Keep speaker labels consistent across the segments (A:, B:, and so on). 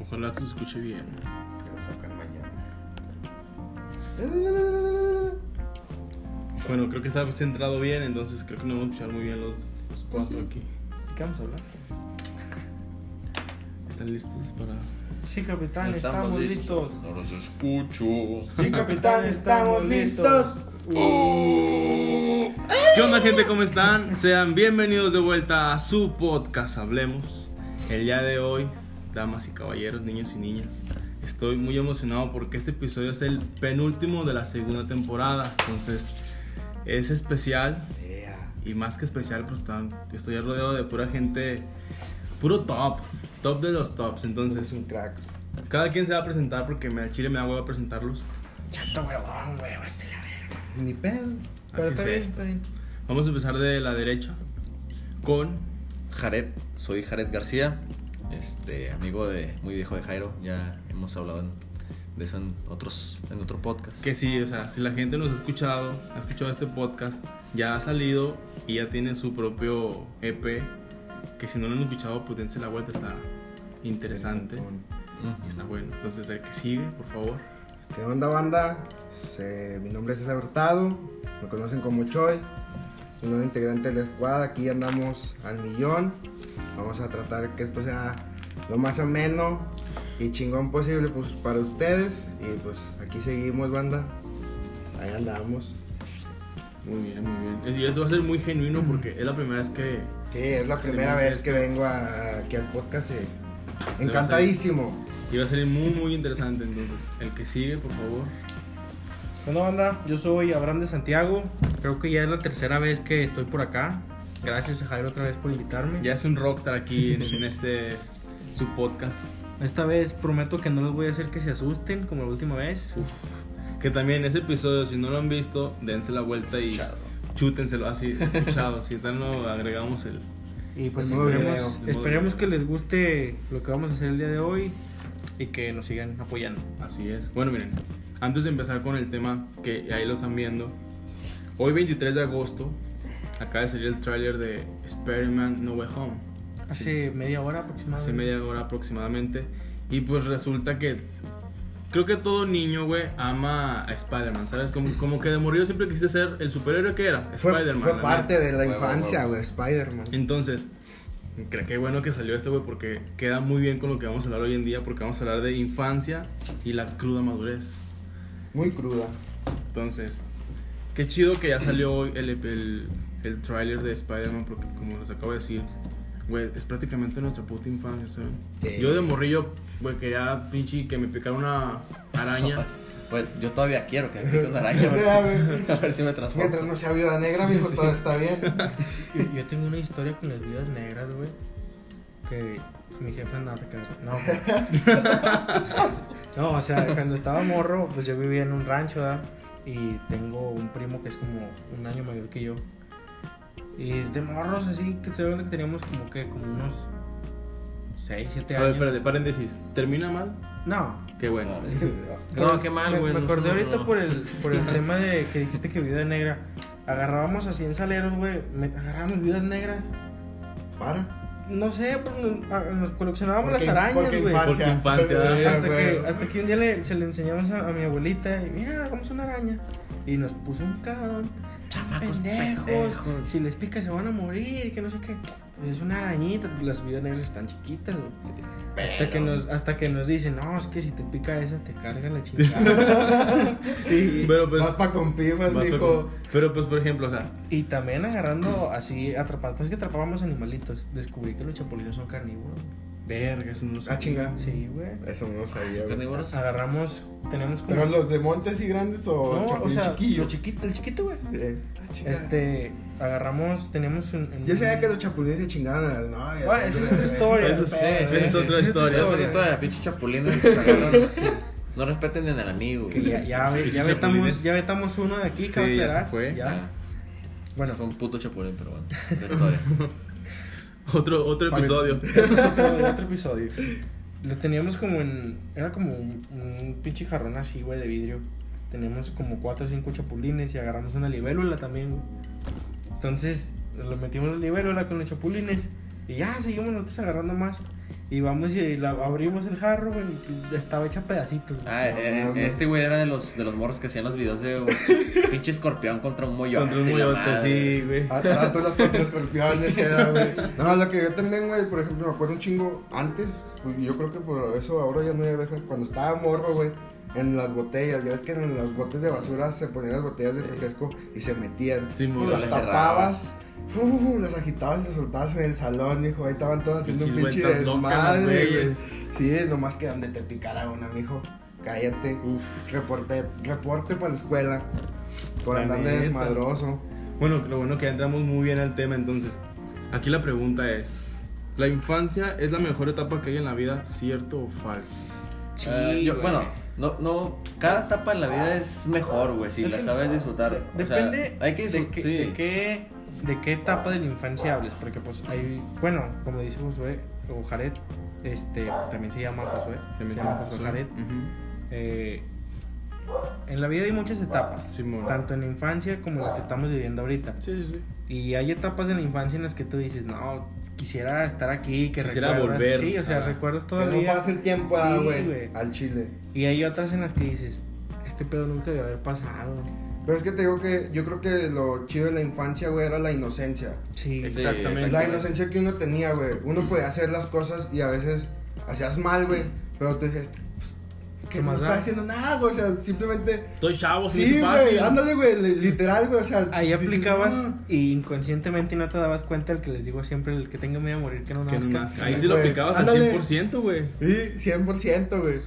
A: Ojalá te escuche bien.
B: Que lo sacan mañana.
A: Bueno, creo que está centrado bien, entonces creo que no vamos a escuchar muy bien los, los cuatro
C: Sí.
A: aquí.
D: ¿De qué vamos a hablar?
A: ¿Están listos para...?
D: Sí, capitán, estamos, listos.
C: No los escucho.
B: Sí, capitán, estamos listos. Uh.
A: ¿Qué onda gente? ¿Cómo están? Sean bienvenidos de vuelta a su podcast Hablemos. El día de hoy, damas y caballeros, niños y niñas, estoy muy emocionado porque este episodio es el penúltimo de la segunda temporada. Entonces, es especial
B: Ea.
A: y más que especial, pues tan- estoy rodeado de pura gente, puro top, top de los tops.
B: Es
A: Entonces,
B: un cracks.
A: cada quien se va a presentar porque me al chile me da huevo presentarlos.
D: Chato huevón, huevo, es la verga.
B: Ni pedo.
D: Pero
A: Así
D: está
A: es
D: bien,
A: esto.
D: está bien.
A: Vamos a empezar de la derecha con
C: Jared, soy Jared García, este amigo de muy viejo de Jairo, ya hemos hablado en- de eso en otros en otro podcast.
A: Que sí, o sea, si la gente nos ha escuchado, ha escuchado este podcast, ya ha salido y ya tiene su propio EP, que si no lo han escuchado, pues dense la vuelta, está interesante,
C: Ujú.
A: está bueno. Entonces, el que sigue, por favor.
B: ¿Qué onda, banda? Se- mi nombre es César Hurtado. Me conocen como Choi. Un nuevo integrante de la escuadra. Aquí andamos al millón. Vamos a tratar que esto sea lo más ameno y chingón posible pues, para ustedes. Y pues aquí seguimos, banda. Ahí andamos.
A: Muy bien, muy bien. Y esto va a ser muy genuino porque es la primera vez que...
B: Sí, es la
A: Hacemos
B: primera vez
A: esto.
B: que vengo a- aquí al podcast. eh.
A: a
B: Encantadísimo.
A: Y va a salir muy, muy interesante, entonces. El que sigue, por favor.
D: Bueno, banda, yo soy Abraham de Santiago. Creo que ya es la tercera vez que estoy por acá. Gracias a Jairo otra vez por invitarme.
A: Ya es un rockstar aquí en, en este, su podcast.
D: Esta vez prometo que no les voy a hacer que se asusten como la última vez.
A: Que también ese episodio, si no lo han visto, dense la vuelta y...
C: Chado.
A: Chútenselo así, escuchado. si tal, no agregamos el.
D: Y pues
B: El modo
D: esperemos,
A: video.
D: esperemos que les guste lo que vamos a hacer el día de hoy y que nos sigan apoyando.
A: Así es. Bueno, miren, antes de empezar con el tema, que ahí lo están viendo, hoy 23 de agosto acaba de salir el tráiler de Spider-Man No Way Home.
D: Hace
A: Sí,
D: media hora aproximadamente.
A: hace media hora aproximadamente. Y pues resulta que. Creo que todo niño, güey, ama a Spider-Man, ¿sabes? Como, como que de morido siempre quisiste ser el superhéroe que era,
B: Fue,
A: Spider-Man.
B: fue
A: la neta.
B: parte de la
C: Huevo,
B: infancia,
C: huevo.
B: güey, Spider-Man.
A: Entonces, creo que bueno que salió este, güey, porque queda muy bien con lo que vamos a hablar hoy en día, porque vamos a hablar de infancia y la cruda madurez.
B: Muy cruda.
A: Entonces, qué chido que ya salió hoy el, el, el tráiler de Spider-Man, porque como les acabo de decir, güey, es prácticamente nuestra puta infancia, ¿saben?
B: Sí.
A: Yo de morrillo, güey, quería pinche que me picara una araña.
B: Este
C: Bueno, Pues, yo todavía quiero que me pique una
B: O
C: araña. a ver
B: sea,
C: si-
B: güey,
C: a ver si me transformo.
B: mientras no sea viuda negra, mijo, todo está bien.
D: Yo, yo tengo una historia con las vidas negras, güey. Que mi jefa no te cagas. No, güey. no, o sea, cuando estaba morro, pues yo vivía en un rancho, ¿verdad? Y tengo un primo que es como un año mayor que yo. Y de morros así, que se ve que teníamos como que, como unos 6, 7
A: A
D: años.
A: ver, espérate, paréntesis. ¿Termina mal?
D: No.
A: Qué bueno.
C: No, es que-
D: Por-
C: no, qué mal,
D: me-
C: güey.
D: Me,
C: no,
D: acordé
C: no,
D: ahorita
C: no.
D: por el, por el tema de que dijiste que vida negra. Agarrábamos así en saleros, güey. me- Agarrábamos vidas negras.
B: Para.
D: No sé, pues nos, a- nos coleccionábamos
B: Porque-
D: las arañas,
B: porque
D: güey.
A: infancia. infancia.
D: Hasta que,
B: güey.
D: hasta que un día le- se le enseñamos a, a mi abuelita y mira, hagamos una araña. Y nos puso un cabrón. Chamacos pendejos,
C: pendejos.
D: Si les pica se van a morir, que no sé qué. Pues es una arañita, las vidas negras están chiquitas, güey. Hasta que, nos, hasta que nos dicen, no, es que si te pica esa te carga la chingada. y,
A: Pero pues.
B: Vas pa' con pipas,
A: vato,
B: mijo.
A: Pero pues, por ejemplo, o sea,
D: y también agarrando así, atrapando, pues es que atrapábamos animalitos. Descubrí que los chapulines son carnívoros.
A: verga, eso no lo sé.
B: Ah, chinga.
D: Sí, güey.
B: Eso no sabía, güey.
C: carnívoros.
D: Ah, Agarramos, tenemos como...
B: Pero los de montes y grandes o
D: No,
B: chapulín
D: o sea,
B: chiquillo?
D: lo chiquito, el chiquito, güey.
B: Eh, ah, chinga.
D: Este, agarramos, tenemos un... un-
B: Yo sabía que los chapulines se chingaban a las novias.
D: Bueno, esa es otra historia.
A: Eso es-
B: Pero,
A: sí,
B: eh,
A: es otra
D: Esa es
A: historia.
C: Esa es
D: güey.
C: la historia de pinche chapulines. se agarraron. No respeten ni al amigo,
D: que
C: güey.
D: ya, ya, ve-
A: Esos
D: ya
A: chapulines.
D: vetamos, ya vetamos uno de aquí,
A: Sí,
D: cabe
A: ya
D: aclarar.
A: se fue. Ah,
D: Ya.
C: Bueno,
D: Bueno,
C: Ah, fue un puto chapulín, pero bueno. La historia.
A: Otro, otro
B: Paréntesis.
A: episodio.
D: otro episodio, otro episodio. Lo teníamos como en. Era como un, un pinche jarrón así, güey, de vidrio. Teníamos como cuatro o cinco chapulines y agarramos una libélula también, güey. Entonces, lo metimos la libélula con los chapulines. Y ya seguimos nosotros agarrando más. Y vamos y la, abrimos el jarro, güey, y estaba hecha a pedacitos, güey.
C: Ah,
B: No
C: eh,
B: mames.
C: este güey era de los, de los morros que hacían los videos de un pinche escorpión contra un moyote.
A: Contra un
C: y la
A: moyote,
C: madre.
A: sí, güey.
B: Ah, todas las cuatro escorpiones que era, güey. No, lo que yo también, güey, por ejemplo, me acuerdo un chingo antes, pues, yo creo que por eso ahora ya no hay abejas, cuando estaba morro, güey, en las botellas, ya ves que en los botes de basura se ponían las botellas de refresco y se metían.
A: Sí, muy
B: Y las
C: bien.
B: tapabas. fu, fu, fu, las agitabas y las soltabas en el salón, hijo. Ahí estaban todas haciendo un
A: Pinches
B: pinche
A: vueltas locas, las
B: desmadre, güey.
A: güeyes.
B: Sí, nomás que donde te picara una, mijo. Cállate.
A: Uf.
B: Reporte, reporte para la escuela. Por
A: La
B: andar de
A: neta.
B: desmadroso.
A: Bueno, lo bueno que ya entramos muy bien al tema, entonces. Aquí la pregunta es: ¿La infancia es la mejor etapa que hay en la vida, cierto o falso?
D: Sí,
C: Ah, yo-
D: güey.
C: bueno, no, no, cada etapa en la vida es mejor, güey, si
D: Es
C: la
D: que-
C: sabes disfrutar.
D: de-
C: O sea,
D: depende
C: hay que
D: de,
C: disfrutar,
D: qué,
C: sí.
D: de, qué, de qué etapa de la infancia hables, porque pues hay, bueno, como dice Josué o Jared, este, también se llama Josué,
A: También
D: se
A: se
D: llama
A: llama
D: Josué
A: Josué. Mm.
D: Jared,
A: Ujú.
D: eh, en la vida hay muchas etapas,
A: Simón.
D: tanto en la infancia como las que estamos viviendo ahorita,
A: Sí, sí, sí.
D: y hay etapas de la infancia en las que tú dices, no, quisiera estar aquí, que
A: Quisiera
D: recuerdas,
A: volver.
D: sí, o sea,
A: Ajá.
D: recuerdas
B: Que no
D: todavía,
B: pasa el tiempo,
D: Sí,
B: ah,
D: güey.
B: güey, al chile.
D: y hay otras en las que dices, este pedo nunca debió haber pasado,
B: Pero es que te digo que yo creo que lo chido de la infancia, güey, era la inocencia.
D: sí,
A: Exactamente.
B: La inocencia que uno tenía, güey. Uno podía hacer las cosas y a veces hacías mal, güey. Pero tú dices, pues,
D: ¿Qué
B: que no
D: más da?
B: estás haciendo nada, güey. O sea, simplemente.
A: Estoy chavo, sí,
B: Sí,
A: es fácil.
B: güey, ándale, güey, li- literal, güey. O sea,
D: Ahí
B: dices,
D: aplicabas
B: "Ah".
D: y inconscientemente no te dabas cuenta el que les digo siempre, el que tenga miedo a morir, que no
A: Que
D: nazca.
A: no nazca. Ahí
B: Sí,
A: sí lo
B: güey.
A: aplicabas
B: Ándale.
A: al 100%, güey.
C: Eh,
B: Sí, 100%, güey.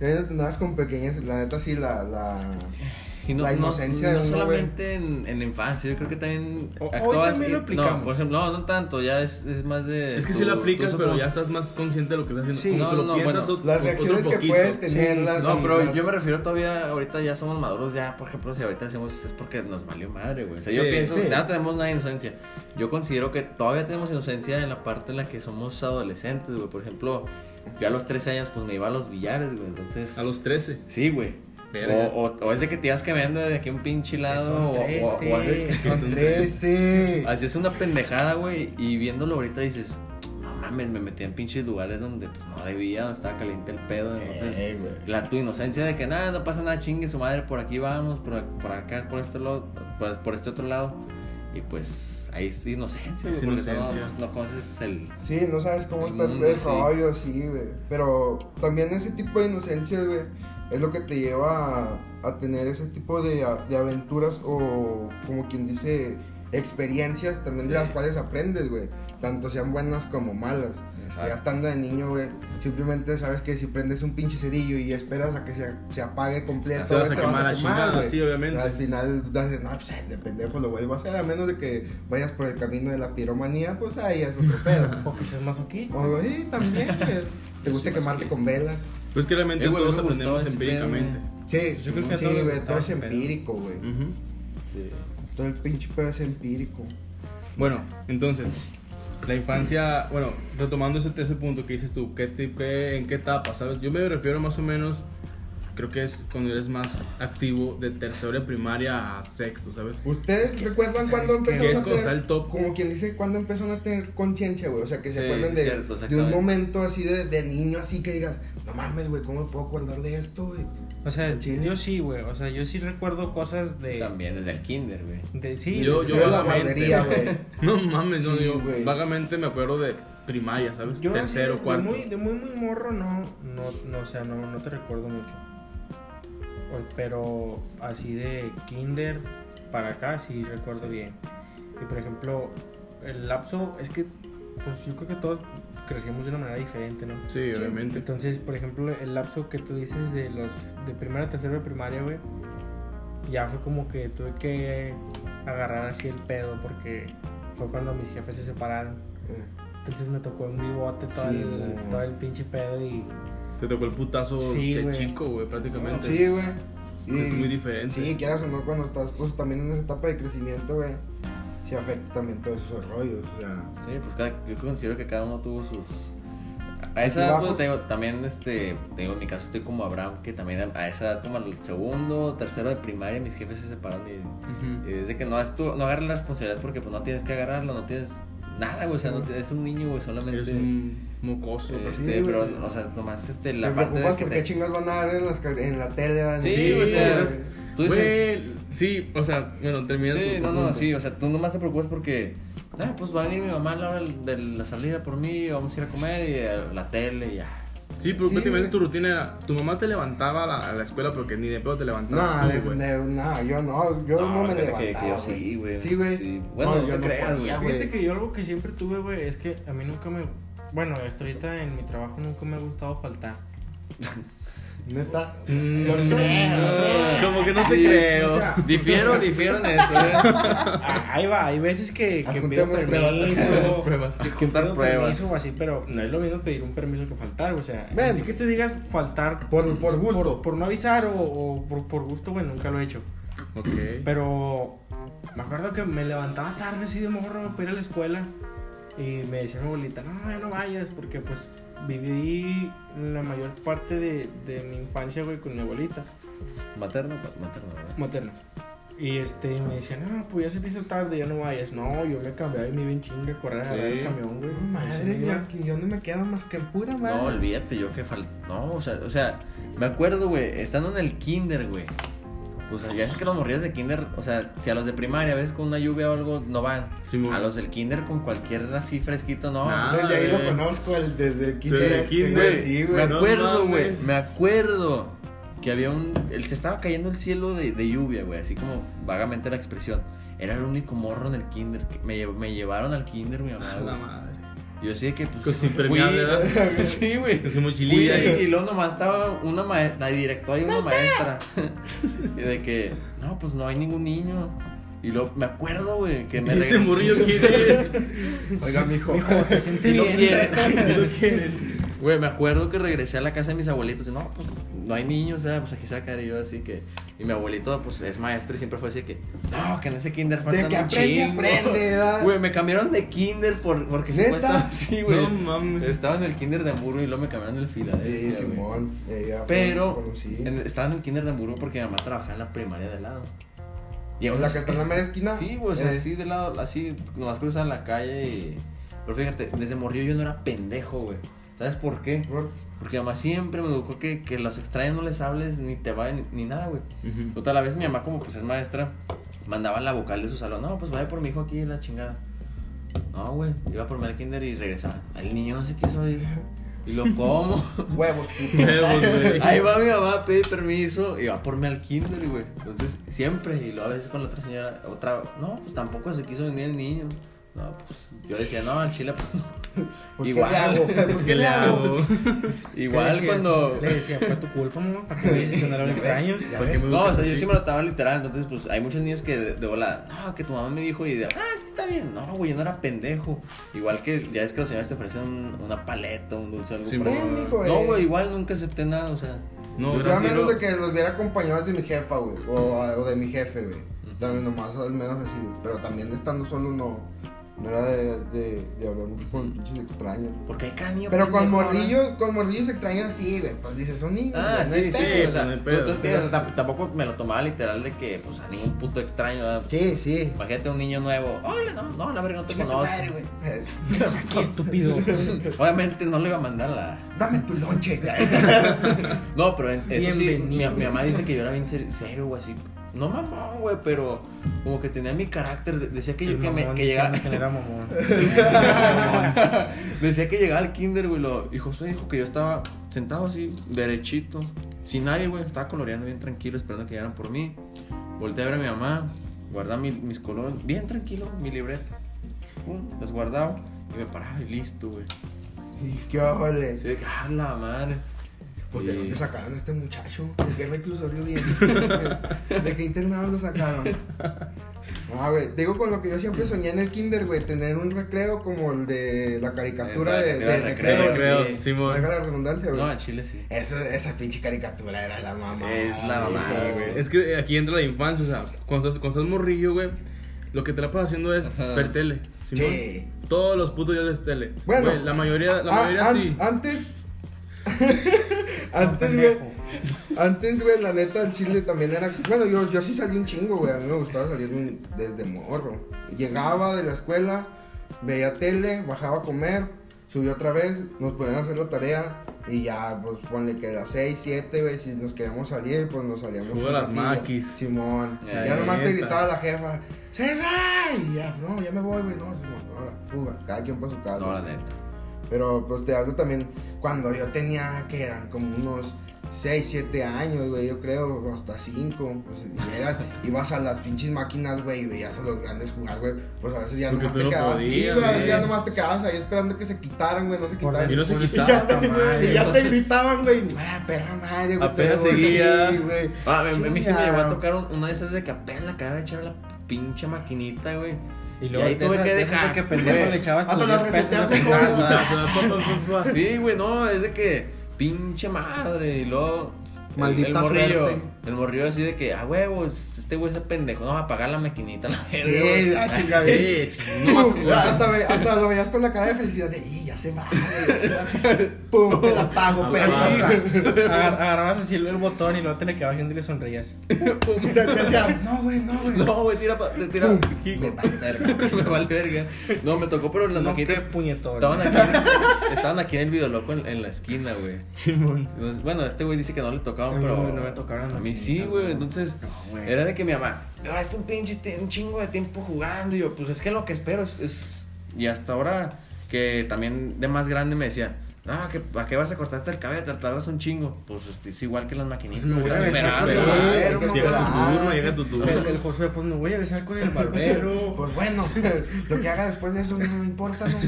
B: Ya no te andabas con pequeñas, la neta, sí, la. la...
C: Y no,
B: La
C: no-
B: inocencia de
C: no
B: uno,
C: solamente en, en la infancia, yo creo que también
D: O- hoy
C: actúas
D: también
C: y-
D: lo aplicamos.
C: No, por ejemplo, no, no tanto, ya es, es más de...
A: Es que
C: tu-
A: sí lo
C: tu
A: aplicas,
C: uso
A: pero
C: como-
A: ya estás más consciente de lo que estás haciendo.
B: Sí.
A: Como que
C: No,
A: lo
C: no,
A: piensas
C: bueno,
A: ot-
B: Las
A: otro
B: reacciones que
A: poquito.
B: puede tener
D: Sí,
B: las.
C: No,
B: sí,
C: pero
B: las-
C: yo me refiero todavía, ahorita ya somos maduros, ya, por ejemplo, si ahorita decimos es porque nos valió madre, güey. O sea, yo
A: Sí,
C: pienso,
B: sí.
C: ya tenemos una inocencia. Yo considero que todavía tenemos inocencia en la parte en la que somos adolescentes, güey. Por ejemplo, yo a los 13 años, pues me iba a los billares, güey. Entonces,
A: A los 13.
C: sí, güey. O,
A: Verga.
C: o- o es de que te ibas cambiando de aquí a un pinche lado, o,
D: Que
C: o,
D: son
C: o haces-
D: 13.
B: Son 13.
C: Así es una pendejada, güey. Y viéndolo ahorita dices, no mames, me metí en pinches lugares donde pues, no debía, donde estaba caliente el pedo. Entonces,
B: Eh, güey.
C: la tu inocencia de que nada, no pasa nada, chingue su madre, por aquí vamos, por, por acá, por este, lado, por, por este otro lado. Y pues ahí es inocencia,
A: Es
C: güey, porque
A: inocencia.
C: No, no conoces el.
B: Sí, no sabes cómo
C: El
B: está el
C: mundo,
B: el
C: sí.
B: rollo, sí, güey. Pero también ese tipo de inocencia, güey, es lo que te lleva a, a tener ese tipo de, a- de aventuras o, como quien dice, experiencias también de
C: Sí.
B: las cuales aprendes, güey. Tanto sean buenas como malas. Ya estando de niño, güey, simplemente sabes que si prendes un pinche cerillo y esperas a que se, se apague completo,
A: Te vas
B: güey,
A: a quemar la chingada,
B: güey.
A: sí, obviamente.
B: Al final dices, no, pues de pendejo lo vuelvo a hacer, a menos de que vayas por el camino de la piromanía, pues ahí es otro pedo.
D: O que seas masoquista.
B: O algo así también. que ¿Te gusta quemarte con velas?
A: Pues que realmente
C: Eh, güey,
A: todos
C: me gustó
A: aprendemos
C: ese
A: empíricamente.
B: Sí,
D: yo creo que a
B: sí,
D: todos nos
B: güey,
D: gustaba
B: todo es
D: ese pedo.
B: empírico, güey.
A: Ujú.
C: Sí.
B: Todo el pinche pedo es empírico.
A: Bueno, entonces, la infancia, bueno, retomando ese, ese punto que dices tú, ¿qué, ti- qué- ¿en qué etapa, sabes? Yo me refiero más o menos, creo que es cuando eres más activo de tercero de primaria a sexto, ¿sabes?
B: ¿Ustedes recuerdan
D: ¿sabes
B: cuando
D: qué?
B: empezaron
A: Que es
B: a
A: cuando
B: tener,
A: está el top.
B: como quien dice, cuando empezaron a tener conciencia, güey? O sea, que se
C: Sí,
B: acuerdan de,
C: cierto,
B: de un
C: exactamente.
B: momento así de, de niño, así que digas, no mames, güey, ¿cómo me puedo acordar de esto, güey?
D: O sea,
B: ¿Al chile?
D: yo sí, güey. O sea, yo sí recuerdo cosas de.
C: También desde el kinder, güey.
D: de sí,
A: Yo-
D: de-
B: Yo
A: yo
B: la
A: vagamente,
B: guardería,
A: güey.
B: güey.
A: No mames, no,
B: Sí,
A: yo
B: güey.
A: vagamente me acuerdo de primaria, ¿sabes?
D: yo así
A: Tercero,
D: de
A: cuarto.
D: Muy, de muy, muy morro, no. No, no o sea, no, no te recuerdo mucho. O- Pero así de kinder para acá sí recuerdo bien. Y por ejemplo, el lapso es que, pues yo creo que todos crecimos de una manera diferente, ¿no?
A: Sí, obviamente.
D: Entonces, por ejemplo, el lapso que tú dices de los de primero a tercero de primaria, güey, ya fue como que tuve que agarrar así el pedo porque fue cuando mis jefes se separaron. Entonces me tocó en mi bote todo,
B: Sí,
D: el,
B: güey.
D: todo el pinche pedo y
A: Te tocó el putazo
D: Sí,
A: de
D: güey.
A: chico, güey, prácticamente.
B: Sí, güey.
A: es muy diferente.
B: Sí, quieras o no, cuando estás pues también en esa etapa de crecimiento, güey, se afecta también todos esos rollos, o sea...
C: Sí, pues cada- yo considero que cada uno tuvo sus... A esa edad,
B: Altibajos.
C: pues, te digo, también, este, te digo, en mi caso estoy como Abraham, que también a esa edad, como al segundo, tercero de primaria, mis jefes se separaron y,
A: Ujú.
C: y desde que no, es tu- no agarras la responsabilidad porque pues no tienes que agarrarlo, no tienes, nada, güey, o sea, no te- es un niño, güey, solamente...
A: Eres un mocoso.
C: Este,
B: Sí, güey.
C: pero, o sea, nomás este,
B: La
C: la
B: te
C: parte de
B: preocupas
C: que
B: por
C: te-
B: qué chingas van a dar en, las, car- en la tele. en
C: Sí,
B: el cine,
C: o sea,
B: güey.
C: tú dices...
A: Güey, sí, o sea, bueno, termina
C: Sí,
A: tu- tu
C: no, no,
A: punto.
C: sí, o sea, tú nomás te preocupas porque, ah, pues va a venir mi mamá a la hora de la salida por mí, vamos a ir a comer y a la tele y ya.
A: Sí, pero
B: Sí,
A: prácticamente
B: güey.
A: tu rutina era, tu mamá te levantaba a la, a la escuela porque ni de pedo te levantabas
B: No,
A: tú,
B: de-
A: güey.
B: de- no, yo no, yo no, me
C: fíjate que- que
B: levantaba,
C: yo sí, güey.
B: Sí, güey.
C: Sí. Bueno,
B: No,
C: no,
B: yo
C: te
B: no
C: creas,
B: podía,
C: güey.
B: güey.
D: Fíjate que yo algo que siempre tuve, güey, es que a mí nunca me. Bueno, hasta ahorita en mi trabajo nunca me ha gustado faltar.
B: Neta.
A: Mm,
B: Yo
A: sí.
B: creo.
A: Ah, Como que no te
C: Sí,
A: creo.
D: o sea,
C: Difiero, difiero en eso, eh.
D: Ah, Ahí va, hay veces que, que pido
B: Juntemos pruebas.
D: permiso.
A: Pruebas.
D: que
C: Juntar
D: pido
C: pruebas.
D: permiso o así, pero no es lo mismo pedir un permiso que faltar, o sea,
B: Ven.
D: así que te digas faltar
B: Por, por gusto.
D: por, por no avisar o, o por, por gusto, güey, nunca lo he hecho.
A: Ok.
D: Pero me acuerdo que me levantaba tarde así de morro para ir a la escuela y me decía mi abuelita, no, ya no vayas porque pues viví la mayor parte de, de mi infancia, güey, con mi abuelita
C: Materno, pa- materno, ¿verdad?
D: materna. Y este, me decía, no, pues ya se te hizo tarde, ya no vayas. No, yo me cambiaba y me iba en chinga a correr a agarrar
A: Sí.
D: el camión, güey.
B: Madre,
D: Sí,
B: yo,
D: güey.
B: aquí- yo no me quedo más que en pura
C: No,
B: madre.
C: olvídate, yo que falté. No, o sea, o sea, me acuerdo, güey, estando en el kinder, güey. O sea, ya es que los morrillos de kinder, o sea, si a los de primaria ves con una lluvia o algo, no van.
A: Simón.
C: a los del kinder con cualquier así fresquito, no.
A: Nah.
B: Desde ahí lo
A: Madre.
B: conozco, el, desde el kinder.
A: Desde el
B: este,
A: kinder.
B: güey, Sí,
C: me
B: güey.
A: no
C: acuerdo, güey,
A: mames.
C: me acuerdo que había un... el- se estaba cayendo el cielo de, de lluvia, güey, así como vagamente la expresión. Era el único morro en el kinder. que me, lle- me llevaron al kinder, mi mamá.
A: A Ah, la
C: güey.
A: madre.
C: Yo decía que pues...
A: Con su
C: fui-
A: impermeable, ¿verdad?
C: sí, güey.
A: Con su
C: Fui
A: mochililla.
C: ahí
A: ahí.
C: y luego nomás estaba una maestra, la directora y una maestra. Y de que, no, pues no hay ningún niño. Y luego me acuerdo, güey, que me
A: Ese
C: regresé.
A: morrillo quién es.
B: Oiga, mijo.
D: Mijo, se siente
C: Si lo
D: bien.
C: quieren, si lo quieren. Güey, me acuerdo que regresé a la casa de mis abuelitos. Y, no, pues no hay niños, o sea, pues aquí sacaré yo así que. Y mi abuelito, pues es maestro y siempre fue así que. No, que en ese kinder faltan
B: que
C: un
B: aprende,
C: chingo".
B: aprende, ¿verdad?
C: Güey, me cambiaron de kinder por, porque
B: ¿Neta?
C: supuestamente. Sí, güey.
A: No mames.
C: Estaba en el kinder de Hamburgo y luego me cambiaron el
B: Sí,
C: Filadelfia. güey.
B: Simón. eh, ya
C: Pero
B: conocí.
C: en- estaba en el kinder de Hamburgo porque mi mamá trabajaba en la primaria de al lado. Y
B: ¿En
C: aún
B: la
C: así-
B: que está en la mera esquina?
C: Sí, güey, o sea,
B: Eh,
C: así de lado, así, nomás cruzan la calle y... Pero fíjate, desde morrillo yo no era pendejo, güey. ¿Sabes por qué?
B: por-
C: Porque mi mamá siempre me educó que, que los extraños no les hables ni te vayan ni, ni nada, güey.
A: Ujú.
C: Total, a veces mi mamá, como pues es maestra, mandaba la vocal de su salón. No, pues vaya por mi hijo aquí, la chingada. No, güey, iba por mí al kinder y regresaba. El niño no se quiso ir. Y lo como.
B: Huevos, puto.
A: Huevos, güey.
C: Ahí va mi mamá a pedir permiso y va por mí al kinder, güey. Entonces, siempre, y luego a veces con la otra señora, otra, no, pues tampoco se quiso venir el niño. No, pues yo decía, no, al chile, pues,
B: Pues, ¿qué
C: Igual. Este,
B: le hago? Pues, ¿qué le hago?
D: Le
C: igual
D: decía-
C: cuando...
D: Le decía, fue tu culpa, mamá, para que me dices que no eran
B: Ya ves,
D: extraños.
B: ya
A: Porque
B: ves.
A: me-
C: No, o sea, yo
A: Sí.
C: sí me lo estaba literal, entonces, pues, hay muchos niños que de, de volada, no, que tu mamá me dijo y de, ah, sí está bien. No, güey, yo no era pendejo. Igual que, ya es que los señores te ofrecen un- una paleta, un dulce, algo.
A: Sí,
C: por-
A: mo-
B: Ven, mijo,
C: no,
B: eh.
C: güey, igual nunca acepté nada, o sea...
A: No,
B: Yo a
A: gracias.
B: menos de que los hubiera acompañados de mi jefa, güey. O, o de mi jefe, güey. También nomás al menos así, güey. Pero también estando solo no. No era de, de, de hablar mucho con pinches extraños.
C: Porque hay cada niño
B: Pero con
C: pendejo, ¿verdad?
B: morrillos, con morrillos extraños sí, güey. Pues dices, son niños.
C: Ah,
B: güey, no
C: sí,
B: hay
C: sí,
B: pedo.
C: sí, o sea,
A: no hay
C: tú-
A: pedo.
C: tú entiendes, tamp- tampoco me lo tomaba literal de que, pues, a ningún puto extraño, ¿verdad?
B: Sí, sí.
C: imagínate un niño nuevo, hola, no, no, la verga, no te
B: Chinga tu madre,
C: conozco,
B: güey.
D: Qué estúpido.
C: obviamente no le iba a mandar la,
B: Dame tu lonche.
C: no, pero en- eso sí, mi,
D: Bienvenido.
C: mi mamá dice que yo era bien ser- serio, güey, así, no mamón, güey, pero como que tenía mi carácter, de- decía que yo,
D: El
C: que, me,
D: mamón
C: que
D: diciendo
C: llegaba,
D: que no era mamón.
C: Decía que llegaba al kinder, güey, lo dijo, soy dijo que yo estaba sentado así, derechito, sin nadie, güey, estaba coloreando bien tranquilo, esperando que llegaran por mí. Volteé a ver a mi mamá, guardaba mi- mis colores, bien tranquilo, mi libreta. Pum, los guardaba y me paraba y listo, güey.
B: Y qué ole.
C: Así de que, ah, la madre.
B: Pues
C: Y-
B: de dónde sacaron a este muchacho. ¿De qué reclusorio viene? ¿De qué internado lo sacaron? Ah, güey, te digo con lo que yo siempre soñé en el kinder, güey, tener un recreo como el de la caricatura
C: Eh,
B: de,
C: caricatura
B: de
C: de
A: Creo,
B: recreo.
C: recreo,
A: creo.
C: sí.
A: Simón.
B: Haga la redundancia, güey.
C: No, al chile sí.
B: Eso, esa pinche caricatura era la mamá.
C: Es la
B: güey.
C: mamá, güey.
A: Es que aquí entra la infancia, o sea, cuando estás, cuando estás morrillo, güey, lo que te la pasas haciendo es
C: Ajá.
A: ver tele. Simón.
B: Sí.
A: Todos los putos días ves tele.
B: Bueno.
A: Güey, la mayoría, la
B: Ah,
A: mayoría
B: an-
A: sí.
B: Antes.
D: No,
B: antes, güey.
D: pendejo.
B: Antes, güey, la neta, el chile también era. Bueno, yo, yo sí salí un chingo, güey. A mí me gustaba salir un- desde morro. Llegaba de la escuela, veía tele, bajaba a comer, subía otra vez, nos ponían a hacer la tarea y ya, pues ponle que a las 6, 7, güey, si nos queríamos salir, pues nos salíamos.
A: Juego
B: un
A: a las
B: ratillo.
A: maquis.
B: Simón.
C: Ya,
B: ya nomás te
A: neta.
B: gritaba la jefa, César, y ya, no, ya me voy, güey, no, Simón, ahora, fuga, cada quien para su casa.
C: No, la neta.
B: Pero pues te hablo también cuando yo tenía que eran como unos 6, 7 años, güey, yo creo, o hasta 5. Pues y era, ibas a las pinches máquinas, güey, y veías a los grandes jugar, güey. Pues a veces ya
A: Porque
B: nomás
A: tú
B: te
A: no
B: quedabas
A: podías,
B: así, güey. A veces
A: güey.
B: ya nomás te quedabas ahí esperando que se quitaran, güey, no se
D: Por
B: quitaran.
A: Y no se
D: Por-
B: Y
A: quitaba.
B: ya, te,
D: puta madre.
B: y ya te gritaban, güey, "Ah, perra madre, güey.
A: Apenas
B: te voy a-
A: seguía.
B: sí, güey.
C: Ah, a mí- a mí sí me llegó a
B: Chingado.
C: tocar un- una de esas de que apenas acababa de echar la pinche maquinita, güey.
D: Y luego
C: Y ahí
D: de
C: tuve
D: esa-
C: que
D: de esas de
C: dejar,
D: que pendejo
C: güey.
D: le echabas
B: Hasta
D: tus
B: las
D: 10 pesos a
B: reseteas
D: tu
A: Ah,
B: mejor,
D: casa.
B: güey.
C: Sí, güey, no, es de que pinche madre. Y luego. el-
B: Maldita
C: el morrillo,
B: suerte.
C: el morrillo así de que, ah, huevo, este güey es pendejo, no va a apagar la maquinita. La verga,
B: Sí,
C: güey.
B: ah, chingada.
C: Sí, no más
B: Pum, hasta, ve- hasta lo veías con la cara de felicidad de, "Y, ya se va, güey, ya se va. Pum, te la pago, pues. perro.
D: Agar- Agarrabas así el botón y luego te le quedabas viendo y le sonreías.
B: Y te decía, no, güey, no, güey.
C: No, güey, tira, pa- te tira.
B: Pum.
C: Me vale verga. Me vale verga. No, me tocó, pero las
D: No, qué
C: maquinitas.
D: puñetón.
C: Estaban aquí, estaban aquí en el video loco en, en la esquina, güey.
A: Simón.
C: Entonces, Bueno, este güey dice que no le tocaban,
D: No,
C: pero.
D: no me tocaron.
C: A mí sí, güey. Entonces,
D: güey.
C: era de que mi mamá, ahora está un pinche ti- un chingo de tiempo jugando. Y yo, pues es que lo que espero es. es-". Y hasta ahora, que también de más grande me decía, no, que ¿para qué vas a cortarte el cabello? Te tardas un chingo. Pues este, es igual que las maquinitas.
D: No,
C: me estás
D: güey,
C: esperando,
D: espera,
C: güey.
B: güey,
A: Llega tu
B: no esperaba.
A: turno, llega tu
D: El, el
A: turno.
D: Josué, pues me voy a besar con el barbero.
B: Pues bueno, lo que haga después de eso no me importa, ¿no?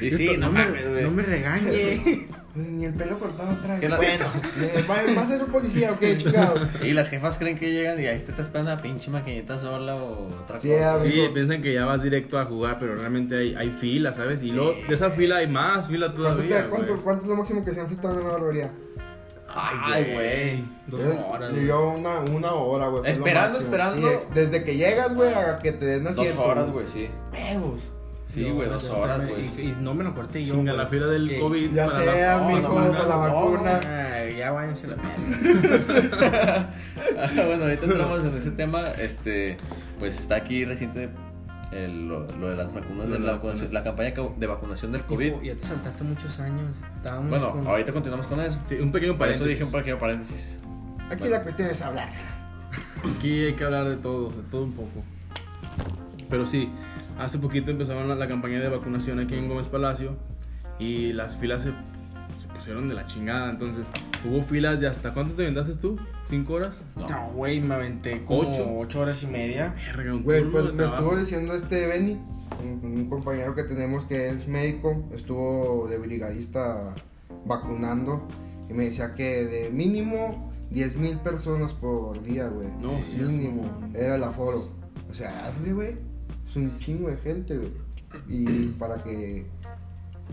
C: Y sí, no mames,
D: No
C: güey.
D: me regañe.
B: Pues ni el pelo cortado trae.
C: Que la-
B: Bueno, eh, va, va a ser un policía, ok, chingado.
C: Y las jefas creen que llegan y ahí te está esperando la pinche maquinita sola o otra
B: Sí,
C: cosa.
B: a ver,
A: Sí,
B: hijo,
A: piensan que ya vas directo a jugar, pero realmente hay, hay fila, ¿sabes? Y luego
C: Sí.
A: de esa fila hay más fila
B: ¿cuánto, te-
A: todavía.
B: cuánto-
A: güey.
B: cuánto es lo máximo que se han fritado en una barbería?
C: Ay, güey.
D: Dos
B: Eh,
D: horas.
B: y
D: güey.
B: Yo una, una hora, güey. fue lo
C: Esperando,
B: máximo.
C: esperando.
B: Sí, ex- desde que llegas, güey, a que te den
C: Dos
B: asiento,
C: horas, güey, sí.
D: Huevos.
C: Sí, güey, dos horas, güey.
D: Y, y no me lo corté yo.
A: Chinga
D: güey.
A: la fila del
D: Que-
A: COVID.
B: Ya
A: para
B: sea,
A: la-
C: no,
B: mijo,
C: no,
B: con
C: no,
B: la
C: no,
B: vacuna.
D: Ay, ya váyanse a la mierda.
C: Ah, bueno, ahorita entramos en ese tema. Este, pues está aquí reciente el- lo, lo de las vacunas,
A: Lo
C: de
A: de
C: la,
A: las
C: vacunación-
A: vacunas.
C: la campaña ca- de vacunación del COVID.
D: Hijo, Ya te saltaste muchos años. Estábamos
C: Bueno,
D: con-
C: ahorita continuamos con eso.
A: Sí, un pequeño
C: Para eso
A: paréntesis.
C: dije un pequeño paréntesis.
B: Aquí
C: Bueno.
B: la cuestión es hablar.
A: Aquí hay que hablar de todo, de todo un poco. Pero sí, hace poquito empezaron la, la campaña de vacunación aquí en Gómez Palacio y las filas se, se pusieron de la chingada. Entonces, hubo filas de hasta. ¿Cuánto te vendaste tú? ¿Cinco horas?
C: No.
D: No, güey, me aventé como
A: Ocho.
D: ocho horas y media.
A: Verga, un
B: Güey,
A: culo de
B: pues me
A: trabajo.
B: estuvo diciendo este Benny, un, un compañero que tenemos que es médico, estuvo de brigadista vacunando y me decía que de mínimo 10 mil personas por día, güey.
A: No, sí,
B: mínimo.
A: es un-
B: Era el aforo. O sea, hazle, güey. Es un chingo de gente, güey. Y para que,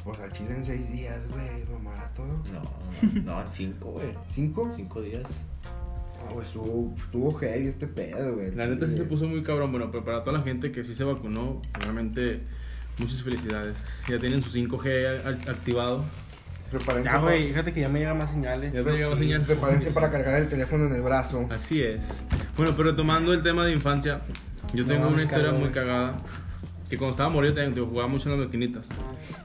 B: pues al chile en 6 días, güey, mamara todo.
C: No, no, no, cinco, güey.
B: ¿Cinco?
C: Cinco días.
B: Ah, güey, estuvo, estuvo heavy este pedo, güey.
A: La neta sí se
B: Chile.
A: puso muy cabrón. Bueno, pero para toda la gente que sí se vacunó, realmente muchas felicidades. Ya tienen su 5G a- a- activado.
B: Prepárense
D: Ya,
B: para-
D: güey, fíjate que ya me llegan más señales.
A: Ya te llegó
D: Sí.
A: señal.
B: Prepárense para cargar el teléfono en el brazo.
A: Así es. Bueno, pero tomando el tema de infancia, yo
D: No
A: tengo
D: mames,
A: una historia
D: cabrón.
A: muy cagada. Que cuando estaba morido también digo, jugaba mucho en las maquinitas.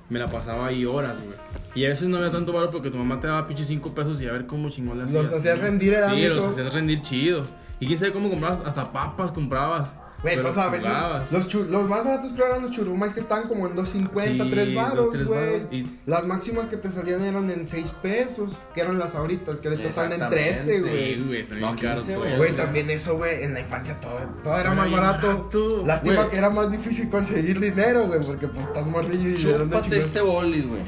A: Me la pasaba ahí horas, güey. Y a veces no había tanto valor porque tu mamá te daba pinche 5 pesos y a ver cómo chingón le
B: Los
A: hacías.
B: hacías rendir, ¿eh,
A: Sí,
B: amigo?
A: los hacías rendir chido. Y quién sabe cómo comprabas, hasta papas comprabas.
B: Güey,
A: pero
B: pues a veces
A: jugabas.
B: los, chu- los más baratos creo eran los churumais que estaban como en 2.50,
A: Sí,
B: 3
A: dos,
B: baros,
A: tres
B: güey.
A: varos, y-
B: Las máximas que te salían eran en 6 pesos, que eran las ahoritas, que ahorita están en
C: Exactamente.
B: 13,
A: Sí,
B: güey.
A: güey, está bien
C: No,
A: caro
C: 15,
A: todo.
C: güey.
B: Güey, también eso, güey, en la infancia todo, todo era
A: Era
B: más
A: bien
B: barato.
A: barato,
B: Lástima
A: güey.
B: que era más difícil conseguir dinero, güey, porque pues estás morrillo y de dónde
C: Chúpate
B: chingados-
C: este bolis, güey.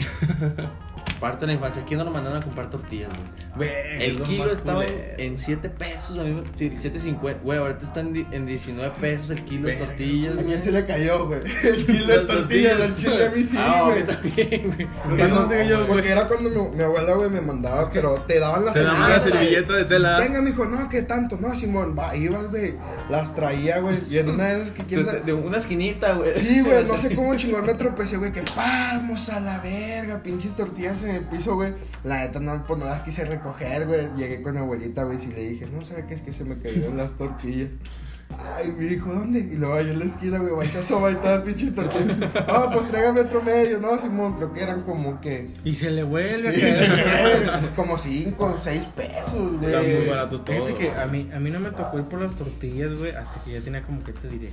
C: Parte de la infancia. ¿Quién no lo mandaron a comprar tortillas, güey?
A: Güey, es
C: El
A: lo
C: kilo
A: más
C: estaba
A: culero.
C: en 7 pesos, a mí me- sí, 7.50. Güey, ahorita está en, di- en 19 pesos el kilo de
A: Verga,
C: tortillas.
B: A
C: güey.
B: quién se le cayó, güey. El kilo de
A: Las
B: tortillas,
A: tortillas.
B: el chile a mí sí,
C: Ah, a mí
B: güey.
C: también, güey.
A: Porque
B: Cuando-
A: no te- yo, güey.
B: porque era cuando mi, mi abuela, güey, me mandaba, pero te daban la
A: Te daban la servilleta de tela.
B: Venga, mijo, no, que tanto, no, Simón, va, ibas, güey, las traía, güey, y en una de esas que quién
C: Entonces,
B: sabe...
C: De una esquinita, güey.
B: Sí, güey, no sé cómo chingón me tropecé, güey, que vamos a la verga, pinches tortillas en el piso, güey. La neta, no, pues no las quise recoger, güey. Llegué con mi abuelita, güey, y le dije, no, ¿sabe qué? Es que se me cayeron las tortillas. Ay, mi hijo, ¿dónde? Y luego ahí en la esquina, güey, guachazo, va y todo el pinche estorquense. Ah, pues tráigame otro medio, ¿no? Simón, creo que eran como que.
D: Y se le vuelve a
B: Sí,
D: caer.
B: sí, como 5 o 6 pesos, güey.
A: Ah, Está muy barato todo.
D: Fíjate que a mí, a mí no me tocó ir por las tortillas, güey, hasta que ya tenía como que te diré,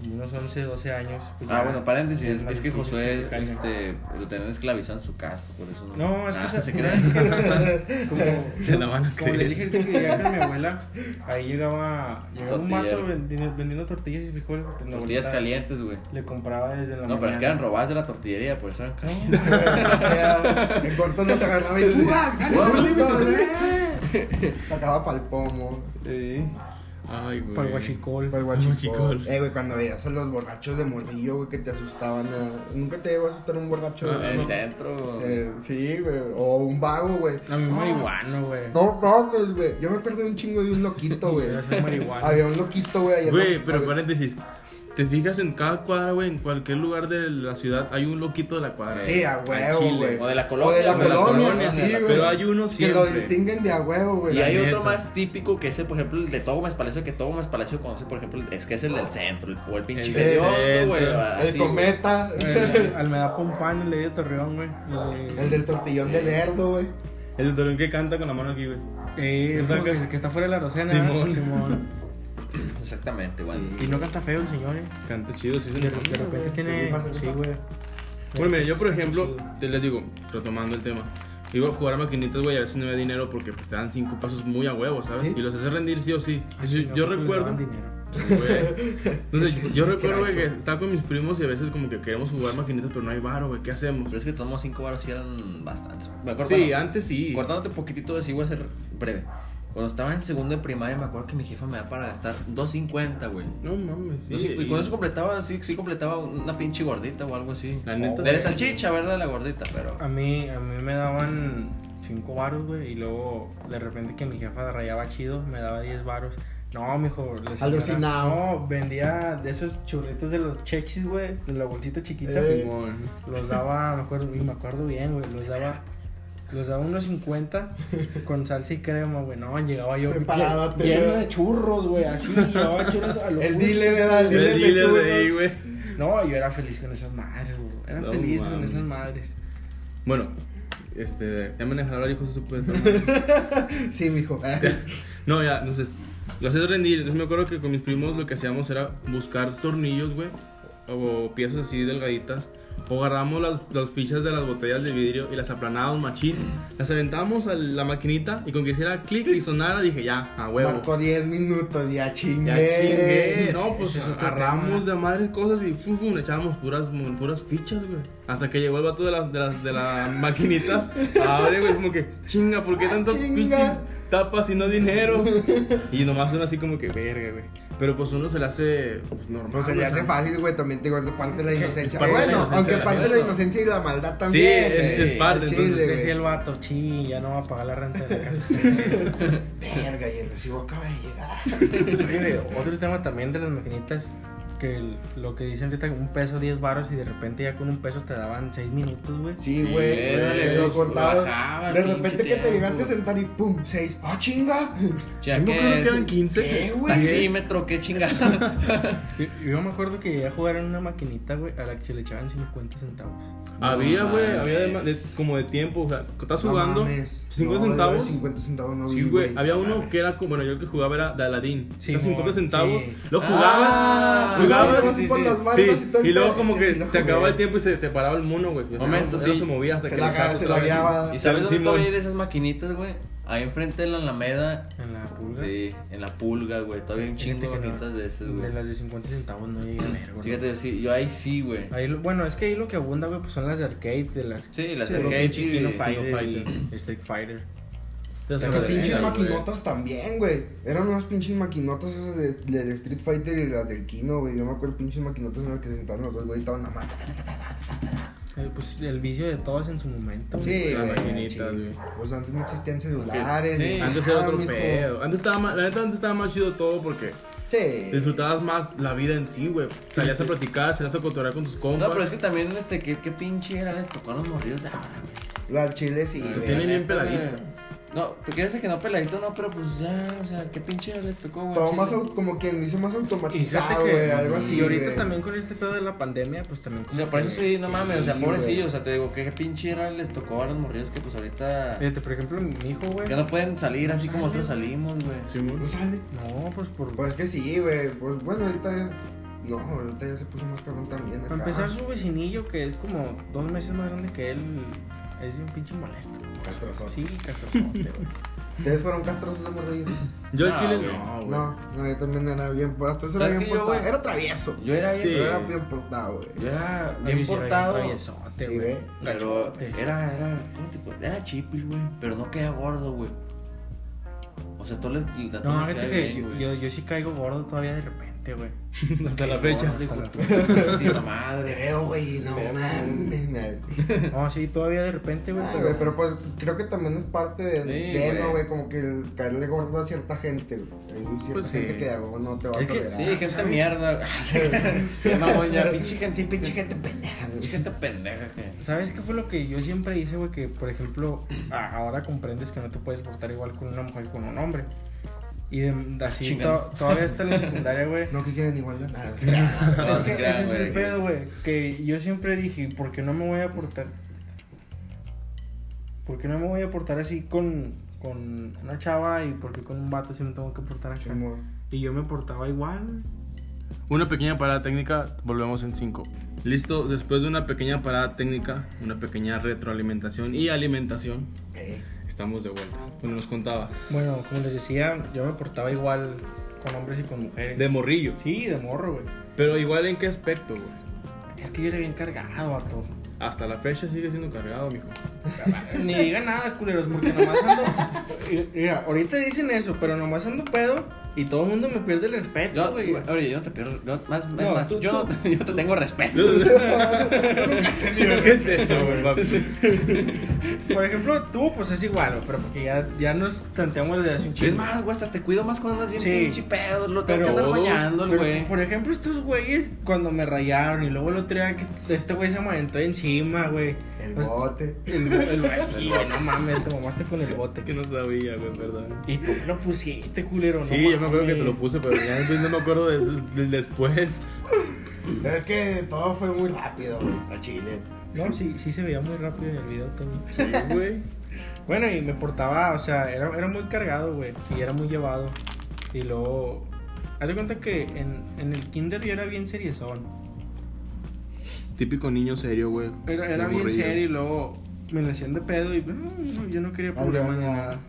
D: como unos 11, 12 años. pues
C: Ah,
D: ya
C: bueno, paréntesis, es,
D: más
C: es que
D: difícil
C: Josué
D: sacar caña.
C: este, lo tenían esclavizado en su casa, por eso no.
D: No, es que
C: Ah,
D: se,
C: se
D: ¿sabes
C: creen.
D: qué? como,
A: Se la van a
D: como
A: creer.
D: les dije ahorita que vivía con mi abuela, ahí llegaba, llegaba un mato
C: Tortillero.
D: vendiendo, vendiendo tortillas y frijoles. pues, la
C: Tortillas
D: abuelita
C: calientes, güey.
D: Le compraba desde la
C: No, pero es que eran
D: mañana.
C: robadas de la tortillería, por eso eran calientes.
B: O sea, en corto no se agarraba y ¡fuga! ¡Gancho, gordito, güey! Sacaba pa'l pomo,
A: Ay, güey.
D: Para el guachicol.
B: pa'l guachicol.
A: Guachicol.
B: Eh, güey, cuando veías a los borrachos de morrillo, güey, que te asustaban. eh, Nunca te llegó a asustar un borracho,
A: Ah,
C: En
B: güey?
C: el
A: no.
C: centro.
B: Eh, sí, güey, o un vago, güey.
D: A mí
B: Ah,
D: marihuano, güey.
B: No, no, pues, güey. Yo me acuerdo de un chingo de un loquito, güey.
D: Yo soy marihuana.
B: Había un loquito, güey. allá en
A: Güey,
B: la-
A: pero
B: había-
A: paréntesis. Te fijas en cada cuadra, güey, en cualquier lugar de la ciudad hay un loquito de la cuadra.
B: Sí, a
C: eh, Al
B: huevo,
C: chile,
B: güey.
C: o
B: O de
C: de la
B: la
C: colonia, güey, la
B: colonia,
C: colonia,
B: sí,
C: de la-
B: güey.
A: pero hay uno
B: Que lo
A: siempre.
B: distinguen de a huevo, güey.
C: Y hay
A: neta.
C: otro más típico que ese, por ejemplo, el de Togo Más Palacio, que Togo Más Palacio conoce, por ejemplo, es que es el del centro, el, o el pinche
A: El
B: del
C: hediondo,
A: centro.
C: güey.
B: El
C: así, güey.
B: cometa.
D: Eh, Al me da pompán, le de Torreón, güey. Le-
B: El del tortillón de lerdo, güey.
A: El tutorial que canta con la mano aquí, güey.
D: Eh,
A: ¿Lo
D: es como que,
A: sacas?
D: que está fuera de la rocena.
A: Simón.
D: Simón.
C: Exactamente, güey.
D: Y no canta feo el señor, eh.
A: Canta chido, sí,
D: De,
A: se le
D: de repente
B: Sí,
D: tiene.
B: pasa,
D: Sí,
B: pasa.
D: güey.
A: Bueno, mire, yo por ejemplo, te les digo, retomando el tema, iba a jugar a maquinitas, güey, a veces no me da dinero porque pues, te dan cinco pesos muy a huevo, ¿sabes?
B: ¿Sí?
A: Y los hace rendir sí o sí.
D: Ay,
A: yo
D: sí, no,
A: yo
D: porque les
A: recuerdo.
D: daban dinero.
A: Sí, güey. Entonces, yo recuerdo, güey, que
B: Gracias.
A: estaba con mis primos y a veces como que queremos jugar maquinitas, pero no hay varo, güey, ¿qué hacemos?
C: Pero es que tomamos cinco baros y eran bastantes. Me acuerdo,
A: Sí,
C: Pues, bueno,
A: antes sí.
C: Cortándote poquitito de sí, voy a ser breve. Cuando estaba en segundo de primaria, me acuerdo que mi jefa me da para gastar 2.50, güey.
A: No mames, sí.
C: Dos cincu-
A: y-
C: y con eso completaba, sí, sí completaba una pinche gordita o algo así.
A: La neta,
C: De la
A: sí.
C: salchicha, ¿verdad? La gordita, pero.
D: A mí, a mí me daban 5 varos, güey. Y luego, de repente, que mi jefa rayaba chido, me daba 10 varos. No, mijo. la señora-
B: Alucinado.
D: No, vendía de esos churritos de los chechis, güey. De la bolsita chiquita.
B: Eh.
D: Simón.
A: Simón.
D: Los daba, me acuerdo, y me acuerdo bien, güey, los daba. Los daba unos 50 con salsa y crema, güey. No, llegaba yo
B: Preparado,
D: lle-
B: te-
D: lleno de churros, güey. Así, llevaba churros a lo
B: El
D: justo,
B: dealer era el
D: güey.
A: El
B: Dile,
A: dealer de ahí,
B: lechugas.
A: güey.
D: No, yo era feliz con esas madres, güey. Era
A: No
D: feliz con
A: mames.
D: esas madres.
A: Bueno, este, ya me dejaron hablar, hijo, se puede
B: Sí, mijo.
A: No, ya, entonces, lo haces rendir. Entonces me acuerdo que con mis primos lo que hacíamos era buscar tornillos, güey, o piezas así delgaditas. O agarramos las, las fichas de las botellas de vidrio y las aplanábamos machín. Las aventábamos a la maquinita y con que hiciera clic y sonara dije, ya, a huevo.
B: Marcó 10 minutos, ya chingué.
A: Ya chingué. No, pues
D: Ese es otro
A: agarramos
D: tema.
A: de madres cosas y fum, fum, le echábamos puras, mon- puras fichas, güey. Hasta que llegó el vato de las, de las, de las maquinitas. Abre, güey, como que, chinga, ¿por qué
B: Ah,
A: tantos
B: chinga.
A: pinches tapas y no dinero? Y nomás uno así como que, verga, güey. Pero pues uno se le hace pues, normal.
C: Ah,
B: Pues se
A: o
B: le
A: sea,
B: hace fácil, güey, también te digo, es de parte de la inocencia.
A: parte de la
B: bueno,
A: inocencia,
B: aunque
A: la
B: parte de la
A: neta.
B: inocencia y la maldad
A: Sí,
B: también.
A: es,
B: eh,
A: es
C: Sí,
A: parte,
B: al chile,
A: entonces.
D: Entonces,
B: güey.
D: si el vato, chi, ya no va a pagar la renta de la casa.
B: Verga, y el recibo acaba de llegar.
D: Oye, güey, otro tema también de las maquinitas, que el- lo que dicen ahorita, un peso, 10 varos, y de repente ya con un peso te daban 6 minutos, güey.
B: Sí,
C: Sí,
B: güey.
C: dale,
B: eh,
C: eso
B: cortado.
C: bajaba el
B: de
C: pinche
B: repente que te
C: tiempo.
B: llegaste a sentar y pum, seis. ¡Ah, chinga!
A: Yo
C: Ya
A: me acuerdo que eran 15.
B: ¿Qué, güey?
C: Taxímetro, qué chingada.
D: Yo, yo me acuerdo que llegué a jugar en una maquinita, güey, a la que le echaban 50 centavos.
A: Había,
C: No
A: güey, había de,
C: mames.
A: de- como de tiempo, o sea, estás
B: No
A: jugando,
B: mames.
A: 50
B: No, yo de
A: centavos.
B: 50 centavos no
A: Sí,
B: vi,
A: güey. Había
C: no
A: uno
C: mames.
A: que era como, bueno, yo el que jugaba era de Aladdin. O sea,
D: Simón,
A: 50 centavos.
D: sí.
A: Lo jugabas,
C: Ah,
A: jugabas
B: sí,
C: sí, sí,
B: por
C: sí.
B: las bandas
A: Sí,
B: y todo
A: y luego como
B: Sí,
A: que
B: sí, la
A: se
B: jugué.
A: acababa el tiempo y se separaba el mono, güey.
C: Momento,
A: Ya no
C: sí.
A: se movía hasta
B: Se
A: que
B: la
A: le echabas
B: ga- se
A: otra
B: la
A: vez.
B: guiaba.
C: ¿Y sabes dónde
A: Simón.
C: todavía hay de esas maquinitas, güey? Ahí enfrente de la Alameda.
D: En la pulga.
C: Sí, en la pulga, güey. Todavía hay un chingo de
D: Fíjate que no,
C: maquinitas de esas, güey.
D: De las de 50 centavos no llegué a ver, güey.
C: Fíjate, sí, yo ahí sí, güey.
D: Ahí lo- bueno, es que ahí lo que abunda, güey, pues son las de arcade, de las...
C: Sí, las
B: Sí,
C: de
B: lo
C: arcade,
D: pinche Kino
C: sí.
D: Fighter,
A: Fighter.
D: y Street Fighter.
A: Entonces,
C: Pero
A: se
C: pinches
A: movía,
B: Pinches
A: güey.
B: maquinotas también, güey. Eran unas pinches maquinotas esas de- del Street Fighter y las del Kino, güey. Yo me acuerdo pinches maquinotas en las que se sentaban los dos, güey, y estaban a mata.
D: Eh, pues el vicio de todos en su momento. güey.
B: Sí,
A: las
B: güey,
A: maquinitas,
B: sí.
A: güey.
B: Pues antes no existían celulares.
C: Sí,
B: ni
A: Antes
B: nada,
A: era otro
B: Ah, mijo.
A: pedo. Antes estaba más, la neta antes estaba más chido todo porque
B: Sí.
A: disfrutabas más la vida en sí, güey. Salías a platicar, salías a cotorrear con tus compas.
C: No, pero es que también, este, qué, qué pinche era, les tocó a los morridos de ahora, güey.
B: La chile sí,
A: Te
B: güey.
A: tienen bien
C: neta,
A: peladito.
C: güey. No, porque dice que no peladito, no, pero pues ya, o sea, qué pinche les tocó, güey.
B: Todo
C: chile.
B: más, au- como quien dice, más
D: Y
B: automatizado,
D: fíjate
B: güey,
D: que.
B: algo así,
D: y ahorita
B: güey.
D: también con este pedo de la pandemia, pues también.
C: O sea, por eso sí, no mames, o sea,
B: Sí,
C: pobrecillo,
B: güey.
C: o sea, te digo, qué pinche era les tocó a los morrillos que pues ahorita
D: Fíjate, por ejemplo, mi hijo, güey.
C: ya no pueden salir así como nosotros salimos, güey.
B: No sale.
D: No, pues por.
B: Pues que sí, güey. Pues bueno, ahorita. No, ahorita ya se puso más cabrón también. acá.
D: Para empezar, su vecinillo, que es como dos meses más grande que él, es un pinche molesto.
B: Castroso.
D: Sí, castrosote, güey.
B: ¿Ustedes fueron castrosos de morrillo?
A: Yo al
C: No,
A: chile
C: Ah, güey.
A: no, güey.
B: No, no, yo también era bien. Castroso era bien
C: ¿Sabes que yo,
B: portado.
C: güey?
B: Era travieso.
C: Yo era bien,
A: Sí.
B: Pero era bien portado, güey.
C: yo era
D: No,
C: bien
D: yo sí era
C: portado,
D: traviesote,
B: Sí,
D: güey.
B: güey.
C: pero
D: Gachote.
C: era, era, ¿cómo te puedo- Era chipil, güey, pero no queda gordo, güey. O sea, todo el dato
D: No,
C: les
D: gente
C: cae
D: que
C: bien,
D: yo,
C: güey.
D: yo, yo sí caigo gordo todavía de repente, güey.
A: Hasta la
C: Qué
A: fecha.
C: gordo, hijo de tu- Sí, la madre.
B: Te veo, güey. No
C: Te veo.
B: mames. me-
D: No, sí, todavía de repente, güey.
B: Ay,
D: pero,
B: güey, pero pues creo que también es parte del
C: Sí,
B: tema,
C: güey.
B: güey. Como que el caerle gordo a cierta gente, güey. Hay cierta
A: Pues sí.
B: gente que de a huevo no te va a
C: Es que
B: tolerar.
C: sí, gente mierda. no, ya, pinche gente,
B: Sí, pinche gente pendeja, güey.
C: pinche gente pendeja que.
D: ¿Sabes qué fue lo que yo siempre hice, güey? Que, por ejemplo, a- ahora comprendes que no te puedes portar igual con una mujer que con un hombre. Y de, de así,
C: Chingando.
D: to- todavía está en la secundaria, güey.
B: No que quieren igualdad. Nada, sí.
C: No,
D: es
C: sí
D: que ese
C: crean,
D: es
C: güey,
D: el
C: que-
D: pedo, güey. Que yo siempre dije, ¿por qué no me voy a portar? ¿Por qué no me voy a portar así con, con una chava y por qué con un vato si me tengo que portar acá?
B: Como-
D: Y yo me portaba igual, güey.
A: Una pequeña parada técnica, volvemos en 5. Listo, después de una pequeña parada técnica, una pequeña retroalimentación y alimentación,
B: Eh,
A: estamos de vuelta. Bueno, nos contabas.
D: Bueno, como les decía, yo me portaba igual con hombres y con mujeres.
A: De morrillo.
D: Sí, de morro, güey.
A: Pero igual en qué aspecto, güey.
D: Es que yo era bien cargado, vato.
A: Hasta la fecha sigue siendo cargado, mijo.
D: Ni diga nada, culeros, porque nomás ando. Mira, ahorita dicen eso, pero nomás ando pedo y todo el mundo me pierde el
C: Yo,
D: respeto, güey.
C: oye, yo no te pierdo. yo- más, es
D: No,
C: más,
D: tú-
C: yo,
D: tú.
C: yo te tengo respeto.
A: ¿Qué es eso, güey, papi?
D: Por ejemplo, tú, pues es igual, güey, pero porque ya, ya nos tanteamos desde hace un
C: Es
D: chingo.
C: más, güey, hasta te cuido más cuando andas bien
D: Sí.
C: pinche pedo. Lo tengo
D: Pero
C: que andar
A: todos,
C: bañando, el
D: Pero,
C: güey.
D: por ejemplo, estos güeyes, cuando me rayaron y luego el otro día que este güey se me aventó encima, güey.
B: El
D: Pues-
B: bote.
D: El, bo- el, bo- sí, güey, no mames, te mamaste con el bote.
A: Que no sabía, güey, perdón.
D: Y tú me lo pusiste, culero, ¿no?
A: Sí, yo me acuerdo que te lo
D: mames.
A: puse, pero ya después no me acuerdo de- del después.
B: Es que todo fue muy rápido, güey. A Chile.
D: No, sí, sí se veía muy rápido en el video todo.
A: Sí, güey.
D: Bueno, y me portaba, o sea, era, era muy cargado, güey, y era muy llevado. Y luego, haz de cuenta que en, en el kinder yo era bien seriezón.
A: Típico niño serio, güey.
D: Era,
A: De
D: era bien
A: morrillo.
D: serio y luego me la hacían de pedo y bueno, no, yo no quería
B: Al
D: problemas ni
B: baño.
D: nada.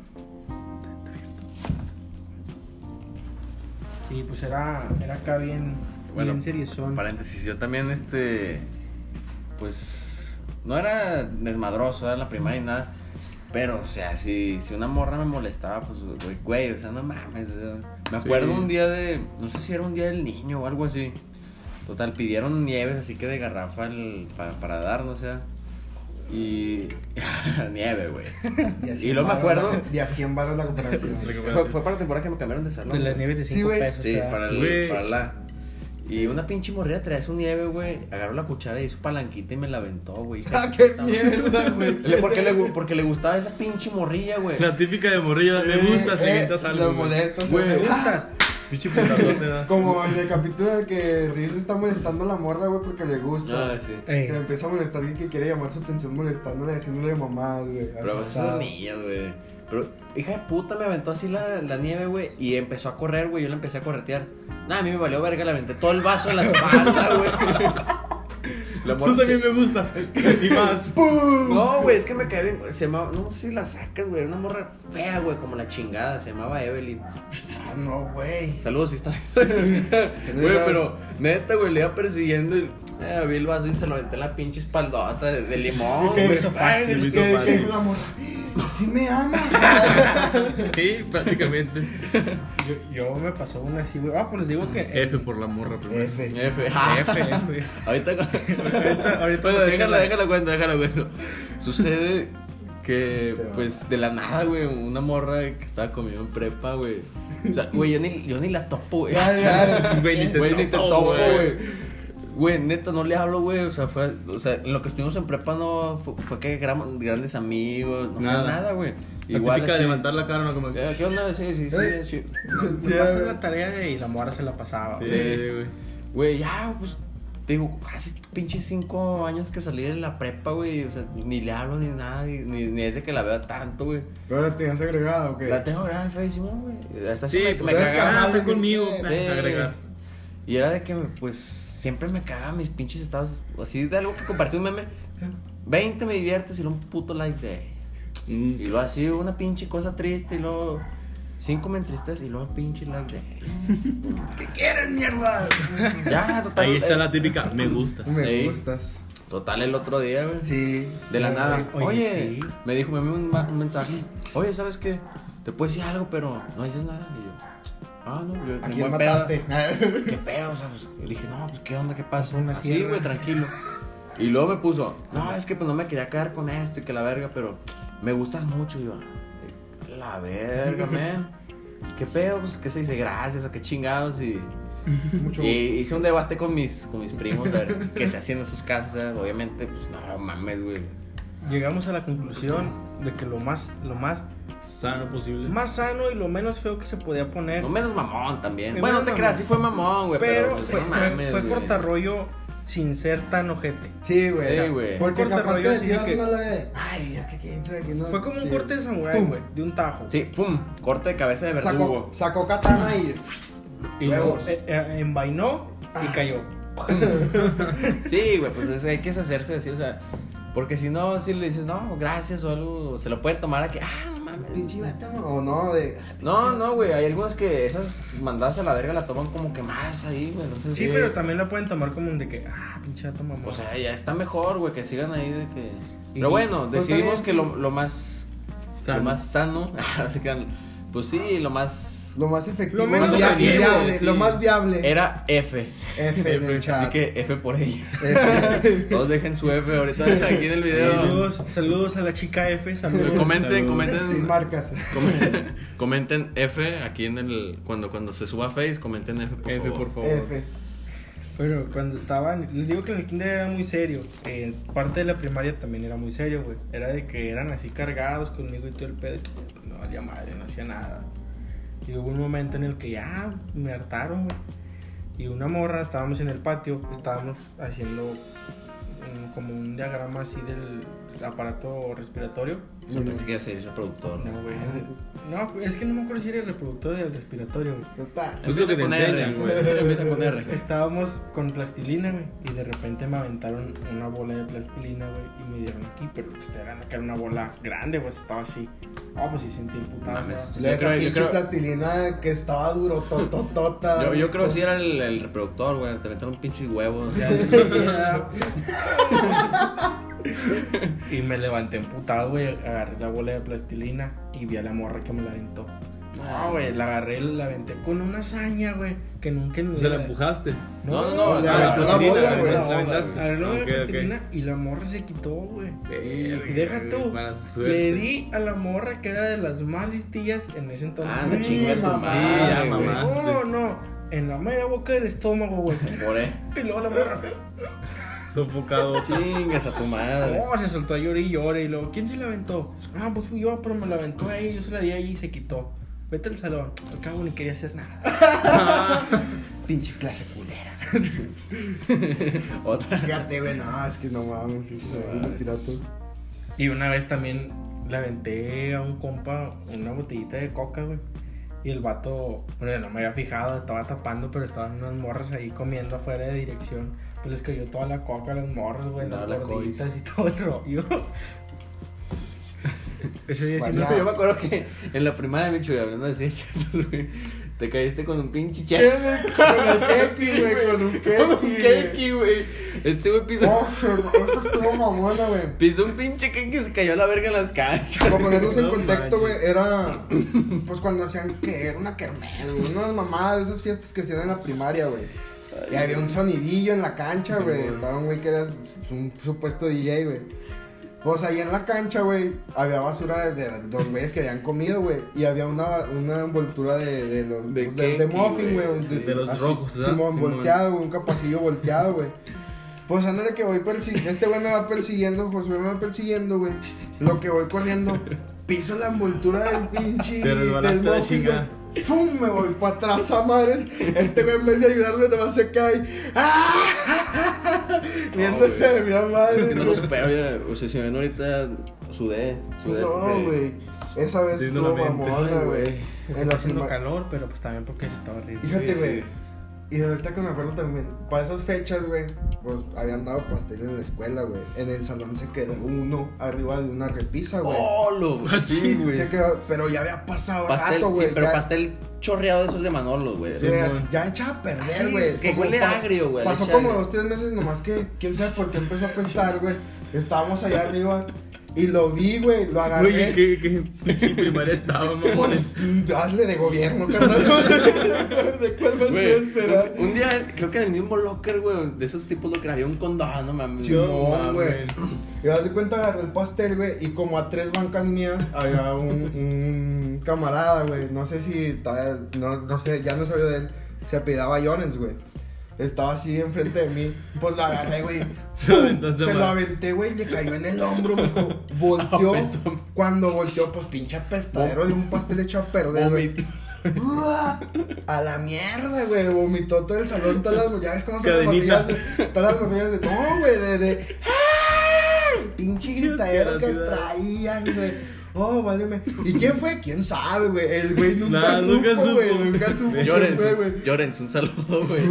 D: Y pues era, era acá bien,
C: Bueno,
D: bien seriezón.
C: Paréntesis, yo también, este. Pues. No era desmadroso, era la primaria y nada. Pero, o sea, si, si una morra me molestaba, pues, güey, güey, o sea, no mames. o sea, me
A: Sí.
C: acuerdo un día de. No sé si era un día del niño o algo así. Total, pidieron nieves así que de garrafa el- pa- para darnos, o sea. Y. nieve, güey.
B: así
C: Y luego me acuerdo.
B: Y a 100 baros la comparación.
C: Fue, fue para la temporada que me cambiaron de salón.
D: De las
C: güey.
D: nieves de
B: Sí,
D: 5
B: güey.
D: pesos.
C: Sí,
D: o sea,
C: para, el-
A: Güey.
C: para la. Y una pinche morrilla traía su nieve, güey. Agarró la cuchara y hizo palanquita y me la aventó, güey. Hija de
B: ¡Ah,
C: su
B: qué
C: puta madre.
B: mierda, güey!
C: Le- Porque le, gu- porque le gustaba esa pinche morrilla, güey.
A: La típica de morrillo, me
B: Eh,
A: gusta si
B: eh,
A: inventas algo.
B: lo
A: güey.
B: molestas,
D: ¿Me
A: Güey,
B: güey.
D: gustas?
C: Ah.
A: pinche putazote, ¿no?
B: Como en el capítulo en el que Riz le está molestando a la morra, güey, porque le gusta.
C: Ah, sí.
B: Que le
D: Ey,
B: empieza a molestar alguien que quiere llamar su atención molestándole, diciéndole mamadas, güey.
C: Pero pues,
B: Asustado.
C: esos niños, güey. Pero, hija de puta, me aventó así la, la nieve, güey. Y empezó a correr, güey. Yo la empecé a corretear. Nah, a mí me valió verga. Le aventé todo el vaso en la espalda, güey. La morra
A: Tú también
C: se-
A: me gustas. Y más.
B: ¡Pum!
C: No, güey, es que me cae bien. güey. Se llamaba. No sé si la sacas, güey. Era Una morra fea, güey. Como la chingada. Se llamaba Evelyn.
B: Ah, no, güey.
C: Saludos si estás. Güey, pero neta, güey, le iba persiguiendo y eh, vi el vaso y se lo aventé en la pinche espaldota de, de limón.
B: Que-
C: güey.
A: beso
B: ay,
A: fácil,
B: que-
A: beso
B: que-
A: fácil.
B: que la morra, ¡Sí me ama!
A: Sí, prácticamente.
D: yo, yo me pasó una así, güey. Ah, pues les digo que.
A: F por la morra primero.
B: F.
C: F.
D: F, F.
C: Ahorita.
D: Ahorita- ahorita
C: bueno, déjalo,
D: platícala.
C: déjalo cuento, déjalo cuento. Sucede que,
B: Te va.
C: pues, de la nada, güey, una morra que estaba conmigo en prepa, güey. O sea, güey, yo ni, yo ni la topo, güey.
B: Ya, ya, ya.
A: Güey, ni te
C: Güey, ni te
A: topo,
C: topo,
A: güey.
C: güey. Güey, neta, no le hablo, güey. O sea, fue, o sea, en lo que estuvimos en prepa no fue, fue que éramos grandes amigos, no nada,
A: Nada.
C: nada güey.
A: La típica de
C: así,
A: levantar la cara, ¿no? Como...
C: "Eh, ¿Qué onda? Sí, sí, sí.
B: Ey.
C: sí.
D: Me pasas la tarea de- y la mora se la pasaba.
A: Sí,
D: güey.
A: güey.
C: Güey, ya, pues, te digo, casi pinches cinco años que salí de la prepa, güey. O sea, ni le hablo ni nada, ni, ni, ni es de que la vea tanto, güey.
B: ¿Pero la tenías agregada o qué?
C: La tengo grabada en Facebook, güey. Hasta
A: Sí,
C: sí, me, me
A: pues,
B: cagaba.
A: ah,
C: cagaba.
A: fue conmigo.
B: Sí.
A: ah, Agregar.
C: Y era de que, pues, siempre me cagaba mis pinches estados. Así de algo que compartí un meme. 20 me diviertes y luego un puto like de.
A: Mm,
C: Y luego así una pinche cosa triste y luego. 5 me entristece y luego un pinche like de.
B: ¿Qué quieres, mierda?
C: ya, total.
A: Ahí está
C: eh,
A: la típica, me gustas.
B: Me
C: Sí.
B: gustas.
C: Total el otro día, güey.
B: Sí.
C: De la
B: Ay,
C: nada. Oye,
D: Oye, sí.
C: me dijo mi amigo un, ma- un mensaje. Oye, ¿sabes qué? Te puedo decir algo, pero no dices nada. Y yo, ah, no, yo
B: ¿A
C: en
B: quién
C: buen pedo.
B: mataste?
C: ¿Qué pedo? O sea, pues, le dije, no, pues qué onda, qué pasó.
D: Una
C: Así,
D: sierra.
C: güey, tranquilo. Y luego me puso, no, es que pues no me quería quedar con esto y que la verga, pero me gustas mucho. Y yo, la verga, man. ¿Qué pedo? Pues qué se dice, gracias o qué chingados. Y,
B: Mucho
C: y
B: gusto.
C: hice un debate con mis, con mis primos, a ver qué se hacían en sus casas. ¿sabes? Obviamente, pues no mames, güey.
D: Llegamos a la conclusión de que lo más, lo más,
A: Sano posible.
D: más sano y lo menos feo que se podía poner.
C: No menos mamón también.
D: Me
C: bueno, Eh, no
D: menos
C: te creas,
D: mamón.
C: sí fue mamón, güey.
D: pero
C: Pero, pues,
D: fue,
C: no
D: fue-
C: mames,
D: fue
C: güey.
D: cortarrollo sin ser tan ojete.
B: Sí, güey.
C: Sí, güey.
B: Porque
D: Un corte
B: capaz que
D: rollo
B: le
D: así
B: tiras
D: que-
B: una la de... Ay, es que quién sabe que no...
D: Fue como
B: Sí.
D: un corte de samurái,
B: Pum.
D: güey, de un tajo.
C: Sí, pum, corte de cabeza de verdugo.
B: Sacó, sacó katana y...
D: Y luego
B: Huevos.
D: eh, eh, envainó y
C: Ah.
D: cayó.
C: Sí, güey, pues es- hay que deshacerse así, o sea. Porque si no, si le dices, no, gracias o algo, se lo pueden tomar a que, ah, no mames.
B: Pinche vato. O no, de...
C: No, no, güey, hay algunos que esas mandadas a la verga la toman como que más ahí, güey. Entonces,
D: Sí, pero también la pueden tomar como un de que, ah, pinche vato mamón.
C: O sea, ya está mejor, güey, que sigan ahí de que.
D: Y-
C: Pero bueno,
B: Pues
C: decidimos
B: también,
C: que lo, lo más.
A: Sano.
C: Lo más sano. así que, pues sí, lo más.
B: Lo más efectivo.
D: Lo menos
B: lo más
A: efectivo,
B: viable.
A: sí.
B: Lo más viable.
C: Era F.
B: F en el chat.
C: Así que F por ella.
B: F.
C: Todos dejen su F ahorita aquí en el video.
D: saludos, saludos a la chica F, saludos.
C: Comenten,
A: Saludos.
C: comenten.
B: Sin marcas.
C: Comen- comenten F aquí en el. Cuando, cuando se suba a Face, comenten F por
A: F,
C: favor.
A: por favor.
B: F.
D: Pero cuando estaban, les digo que en el kinder era muy serio. eh, parte de la primaria también era muy serio, güey. Era de que eran así cargados conmigo y todo el pedo. No valía madre, no hacía nada. Y hubo un momento en el que ya me hartaron, güey. Y una morra, estábamos en el patio, estábamos haciendo mm, como un diagrama así del aparato respiratorio.
C: Yo pensé que iba a ser el productor.
D: No, güey. No, es que no me acuerdo si era el reproductor del respiratorio, güey.
B: Total.
A: Es lo que te
C: con
A: enseñan, güey.
C: R. Empieza con R.
D: Estábamos con plastilina, güey, y de repente me aventaron una bola de plastilina, güey, y me dieron aquí, pero pues te dan acá una bola grande, güey, estaba así. Ah, pues sí sentí el putazo.
C: Mames.
D: ¿no?
C: Yo
B: Esa
C: creo- yo
B: pinche
C: creo-
B: plastilina que estaba duro, tototota.
C: Yo, yo creo que sí era el, el reproductor, güey. Te metieron pinches huevos.
D: Ya, ya. y me levanté emputado, güey, agarré la bola de plastilina y vi a la morra que me la aventó.
C: Ah.
D: No, güey, la agarré, la aventé con una hazaña, güey, que nunca en mi
A: Se la
D: vida-
A: empujaste.
C: No, no,
B: No,
C: no.
B: le
C: la-
B: aventó la
A: la-
B: bola,
A: la-
B: güey.
A: la- la- aventaste.
D: Agarré la bola de
A: Ok, ok.
D: plastilina y la morra se quitó, güey.
A: Verga,
D: Y deja tú.
A: Eh, mala suerte.
D: Le di a la morra que era de las más listillas en ese entonces.
C: Ah,
D: güey.
C: no chingue tu
B: Sí,
C: madre,
A: mamá.
C: güey.
A: mamá. mamaste.
D: no, no. En la mera boca del estómago, güey.
C: Por E.
D: Y luego la morra.
A: Sofocado.
C: Chingas a tu madre.
D: No, oh, se soltó a llorar y llorar. Y luego, ¿quién se la aventó? Ah, pues fui yo, pero me la aventó ahí. Yo se la di ahí y se quitó. Vete al salón. Al cabo ni quería hacer nada.
B: Pinche clase culera.
C: Otra.
B: Fíjate, güey, no, es que no mames, pinche pirato.
D: Y una vez también le aventé a un compa una botellita de coca, güey. Y el vato, bueno, no me había fijado, estaba tapando, pero estaban unas morras ahí comiendo afuera de dirección. Pues les cayó toda la coca a las morras, güey,
C: Nada,
D: las
C: la
D: gorditas
C: cois.
D: y todo el rollo. Ese día sí
B: Vaya.
D: nos...
C: Yo me acuerdo que en la primaria, bicho, y hablando de chatos, güey, te caíste con un pinche
B: Con
C: chato.
B: el keki, güey, con un
C: Con un
B: keki.
C: keki, güey. Este güey
B: güey.
C: pisó,
B: Oh, su hermano, esa estuvo mamona, güey.
C: pisó un pinche keki y se cayó a la verga en las canchas.
B: Para ponernos en
A: No
B: contexto,
A: manches.
B: güey, era. Pues cuando hacían que era una kermés, güey, unas mamadas de esas fiestas que hacían en la primaria, güey. Y había un sonidillo en la cancha, güey. Estaba un güey que era un supuesto DJ, güey. Pues ahí en la cancha, güey, había basura de de los güeyes que habían comido, güey. Y había una, una envoltura de, de los pues,
C: De
B: de,
C: Kenki,
B: muffin,
C: güey,
B: güey. un-
A: sí, de los
B: así,
A: rojos, ¿verdad?
B: Simón
A: Simón.
B: volteado, güey, un capacillo volteado, güey. Pues ándale que voy persiguiendo, este güey me va persiguiendo, Josué me va persiguiendo, güey. Lo que voy corriendo, piso la envoltura del pinche
A: Te resbalaste
B: del
A: la
B: muffin,
A: chingada.
B: güey. ¡Fum! Me voy para atrás a madres. Este güey en vez de ayudarme te va a secar y... ¡Ah! Riéndose
C: güey.
B: de mi madre.
C: Es que no lo supero, ya, o sea, si me ven ahorita, sudé, sudé.
B: No,
C: porque-
B: güey. Esa vez
A: Teniendo
B: estuvo
A: la mente.
B: mamona,
C: Ay, güey.
B: güey. En
D: Está
B: la
D: haciendo
B: prima-
D: calor, pero pues también porque se estaba horrible.
B: Fíjate,
C: Sí,
B: güey.
C: sí.
B: Y ahorita que me acuerdo también, para esas fechas, güey, pues habían dado pastel en la escuela, güey. En el salón se quedó uno arriba de una repisa, güey.
C: ¡Oh, lo, güey! Sí, güey.
B: se quedó, pero ya había pasado
C: Pastel,
B: rato,
C: sí,
B: güey.
C: pero
B: ya-
C: pastel chorreado de esos de Manolo, güey.
A: Sí.
B: güey,
A: güey.
B: ya echaba a
C: Así
B: perder,
C: es,
B: güey.
C: que
B: Como
C: huele
B: pa-
C: agrio, güey,
B: Pasó
C: le
B: como
C: echan.
B: dos, tres meses nomás que quién sabe por qué empezó a apestar, güey. Estábamos allá arriba y lo vi, güey. Lo agarré.
A: Güey, ¿en ¿qué, qué pinche primaria estaba, mamones?
B: Pues mm, hazle de gobierno, carnal. No sé de cuál me
C: Güey,
B: estoy esperando.
C: un, un día, creo que en el mismo locker, güey, de esos tipos locker había un condón, no mames.
B: Sí,
C: güey.
B: no,
A: mames.
B: güey. Y haz de cuenta, agarré el pastel, güey. Y como a tres bancas mías había un, un camarada, güey. No sé si. ta- No, no sé, ya no sabía de él. Se apellidaba Jones, güey. Estaba así enfrente de mí. Pues lo agarré, güey.
A: Se aventaste
B: Se lo
A: mal.
B: aventé, güey. Le cayó en el hombro, mijo. Volteó.
C: Apestó.
B: Cuando volteó, pues pinche apestadero de un pastel hecho a perder, güey.
C: Vomito.
B: ¡Uah! A la mierda, güey. Vomitó todo el salón, todas las ya ves cómo son las
A: Cadenita.
B: morrillas de- Todas las morrillas de. No, güey, de. de ¡Ay! Pinche
A: Qué
B: gritadero que
A: asquerosidad.
B: traían, güey. Oh, váleme. ¿Y quién fue? ¿Quién sabe, güey? El güey nunca
A: Nah,
B: supo,
A: nunca supo.
B: güey. Nunca supo quién fue, güey.
C: Llorens, Llorens, un saludo, güey.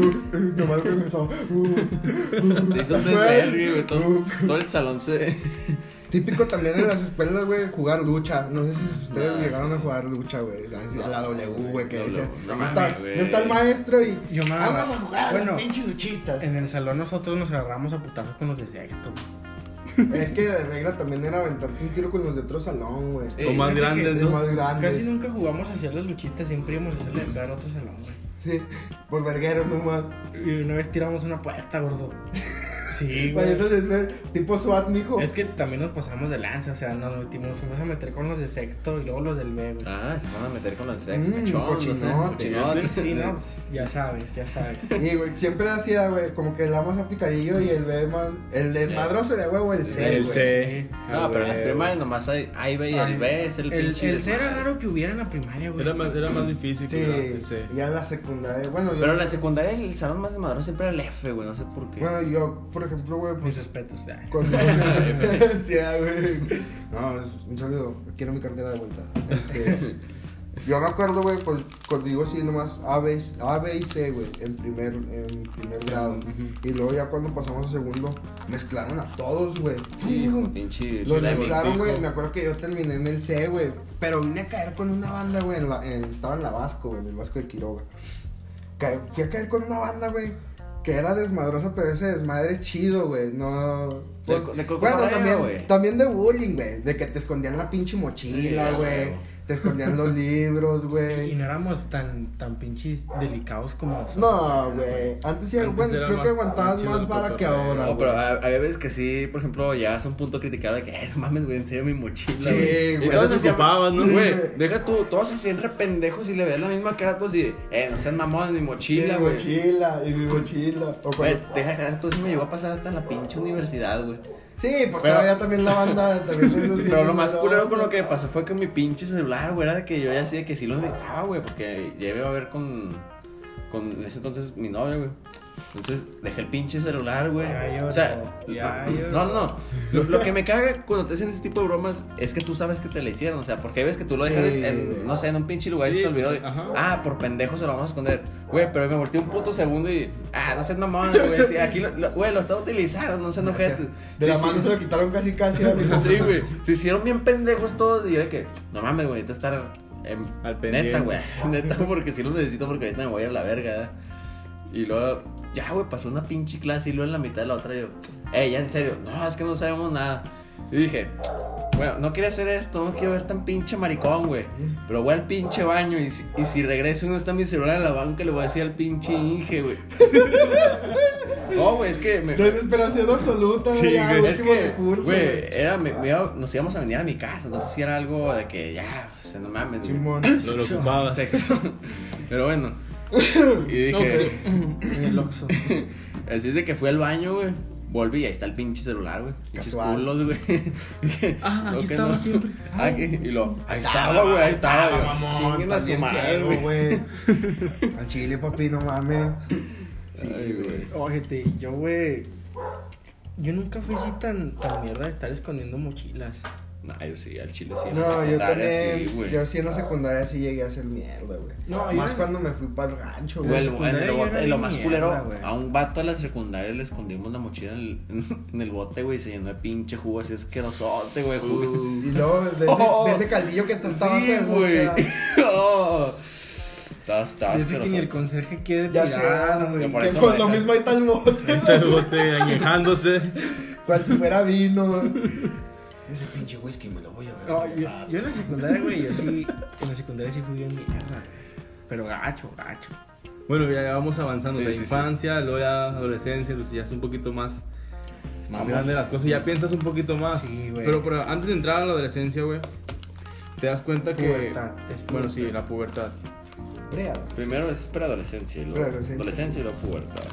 B: Nomás me uh, gustó.
C: Se hizo un desvergue, güey. Todo, todo el salón se.
B: Típico también en las escuelas, güey, jugar lucha. No sé si ustedes
C: Nah,
B: llegaron a jugar lucha, güey. A la W, güey, que
C: Mm, No,
B: decía.
C: no, no
B: No está,
C: mames, güey.
B: no está el maestro y.
D: Yo me
B: Vamos
D: agarra-
B: a jugar a
D: Bueno.
B: las pinches luchitas.
D: En el salón nosotros nos agarramos a putazos con los de sexto.
B: Es que de regla también era aventarte un tiro con los de otro salón, güey.
A: O
D: fíjate
A: más grandes,
B: Es
A: ¿no?
B: más grande.
D: Casi nunca jugamos hacia las luchitas, siempre íbamos a hacerle entrar a otro salón, güey.
B: Sí, por verguero nomás.
D: Y una vez tiramos una puerta, gordo. Sí,
B: Para
D: güey.
B: entonces, güey, tipo SWAT, mijo.
D: Es que también nos pasamos de lanza, o sea, nos metimos, fuimos a meter con los de sexto y luego los del B, güey.
C: Ah, se van a meter con los sex,
B: Mm,
C: cachones, no sé,
B: cochinotes.
C: cochinotes.
D: Sí, no, pues, ya sabes, ya sabes.
B: Y, güey, siempre hacía, güey, como que el más aplicadillo y el B más. El desmadroso de huevo, el C,
A: El
B: güey.
A: C.
C: No, pero en las
A: Ah, güey.
C: primarias nomás hay, hay B y
D: Ay,
C: el B es el,
D: el,
C: pinche
D: el C era
C: desmadre.
D: raro que hubiera en la primaria, güey.
A: Era más, era más difícil que la-
B: Sí,
A: el C.
B: ya en la secundaria. Bueno, yo.
C: Pero en la secundaria el salón más desmadroso siempre era el F, güey, no sé por qué.
B: Bueno, yo, por ejemplo, güey, pues.
D: Mis respetos, ay.
B: Con sí, ah, güey. No, es un saludo. Quiero mi cartera de vuelta. Este, yo me acuerdo, güey, por, por digo así nomás A, B, A, B y C, güey, en primer, en primer grado. Y luego ya cuando pasamos a segundo, mezclaron a todos, güey.
C: Sí, pinche.
B: Los
C: remix.
B: mezclaron, güey. Me acuerdo que yo terminé en el C, güey. Pero vine a caer con una banda, güey. en la- en- estaba en la Vasco, güey, en el Vasco de Quiroga. Ca- fui a caer con una banda, güey. Que era desmadrosa, pero ese desmadre chido, güey. No. Pues,
C: co- de co-
B: bueno,
C: cotorreo,
B: también,
C: güey.
B: también de bullying, güey. De que te escondían la pinche mochila,
C: Sí,
B: güey.
C: güey.
B: Te escondían los libros,
D: Y
B: güey.
D: no éramos tan, tan pinches delicados como son.
B: No, güey. Antes sí,
A: Antes
B: bueno,
A: era
B: creo
A: más-
B: que aguantabas
A: chido
B: más
A: el
B: vara que
A: cotorreo.
B: ahora,
C: No, pero
B: güey.
C: a- había veces que sí, por ejemplo, llegas a un punto criticar de que, eh, no mames, güey, en serio mi mochila.
B: Sí, güey.
C: Y
A: Ya
C: todos
A: te
C: hacían-
A: ocupabas, ¿no?
C: Güey,
B: Sí, güey.
C: deja tú, todos así re pendejos y le veas la misma cara a todos y, eh, no sean mamones, mi
B: Y
C: mochila,
B: mi
C: güey.
B: mochila, y mi mochila. O
C: Güey,
B: cuando-
C: deja deja tú, eso me llegó a pasar hasta en la pinche universidad, güey.
B: Sí, pues
C: Pero-
B: todavía también la banda también les-
C: Pero lo más culero con lo que
B: Sí,
C: me pasó fue que mi pinche celular, güey, era de que yo ya hacía que sí lo necesitaba, güey, porque ya iba a ver con, con en ese entonces mi novia, güey. Entonces dejé el pinche celular, güey.
D: Ya lloró,
C: O sea,
D: ya
C: no,
D: lloró.
C: no, no. Lo, lo que me caga cuando te hacen ese tipo de bromas es que tú sabes que te la hicieron. O sea, porque ves que tú lo dejas
B: Sí.
C: en, no sé, en un pinche lugar y
A: Sí,
C: se te olvidó. y,
A: ajá.
C: ah, por pendejo se lo vamos a esconder. Güey, pero me volteé un puto segundo y, ah, no seas mamón, güey. sí, aquí, lo- lo- güey, lo, está utilizando, no seas
B: o sea,
C: enojete.
B: De la
C: Sí, sí.
B: mano se lo quitaron casi casi a mi
C: Sí, güey. Se hicieron bien pendejos todos. Y yo de que, no mames, güey, necesito estar. em,
A: Al pendiente.
C: neta, güey. Neta, porque sí lo necesito porque ahorita me voy a ir a la verga. ¿eh? Y luego, ya, güey, pasó una pinche clase y luego en la mitad de la otra yo, eh, ya en serio, no, es que no sabemos nada. Y dije, bueno, no quería hacer esto, no quiero ver tan pinche maricón, güey. Pero voy al pinche baño y, si- y si regreso y no está mi celular en la banca, le voy a decir al pinche Inge, güey. No, güey, es que. Me,
B: Desesperación absoluta,
A: Sí,
B: güey. ya,
A: güey,
C: es
B: último
C: que,
B: recurso,
C: güey, eh, era, me- me iba- nos íbamos a venir a mi casa. Entonces, sí era algo de que ya, o sea, no mames. güey.
B: Chimón.
A: Lo, lo ocupabas.
C: Sexo. Pero bueno. Y
A: Oxxo.
C: dije.
D: En el Oxxo.
C: Así es de que fui al baño, güey. Volví y ahí está el pinche celular, güey. Pinches
B: Casual.
C: culos, güey. Dije,
A: Ah,
C: creo
A: aquí
C: que
A: estaba siempre.
C: Ay, y lo, ahí estaba,
A: estaba,
C: güey, ahí
A: ahí
C: estaba,
A: estaba,
C: güey.
A: mamón,
C: Chinguen a su
B: También
C: madre,
B: ciego, güey. Al chile, papi, no mames.
C: Ay, güey.
D: Ójete, yo, güey. Yo nunca fui así tan, tan mierda de estar escondiendo mochilas.
C: No, yo sí, al chile sí. en la
B: No, yo
C: secundaria
B: también.
C: sí, güey.
B: yo sí en la secundaria sí llegué a hacer mierda, güey.
D: No, yo
B: Más
D: en-
B: cuando me fui para el rancho,
C: Güey,
B: güey.
C: el-
D: la secundaria
C: el-
D: yo
C: lo,
D: era
C: bote- lo más
D: mierda,
C: culero,
D: güey.
C: a un vato de la secundaria le escondimos la mochila en el, en el bote, güey, y se llenó de pinche jugo así asquerosote, güey. jugo.
B: Y luego de ese,
C: Oh.
B: de ese caldillo que está hasta abajo
C: Sí,
B: del bote,
C: güey.
B: ya-
C: Oh. Estaba,
A: Ah,
C: estaba
D: Dice que ni el
C: asquerosote.
D: conserje quiere
B: Ya
D: tirar,
B: sé,
D: güey.
B: güey.
C: por
B: Que
C: eso
B: pues
C: me
B: lo
C: dejas.
B: mismo ahí está el bote.
A: Está el bote añejándose.
B: Cual si fuera vino. Ese pinche whisky me lo voy a ver.
D: No, yo,
A: Ah,
D: yo en la secundaria, güey, yo sí. En la secundaria sí fui bien mierda. Pero gacho, gacho.
A: Bueno, ya vamos avanzando.
C: Sí,
A: de
C: sí, sí.
A: infancia, luego ya adolescencia, pues ya es un poquito más, más
C: Vamos.
A: grande las cosas. Ya piensas un poquito más.
D: Sí, güey.
A: pero, pero antes de entrar a la adolescencia, güey, te das cuenta que.
D: Pubertad, es
A: bueno,
D: pubertad.
A: sí, la pubertad.
C: Primero es preadolescencia y luego.
B: Preadolescencia.
C: Adolescencia y luego pubertad.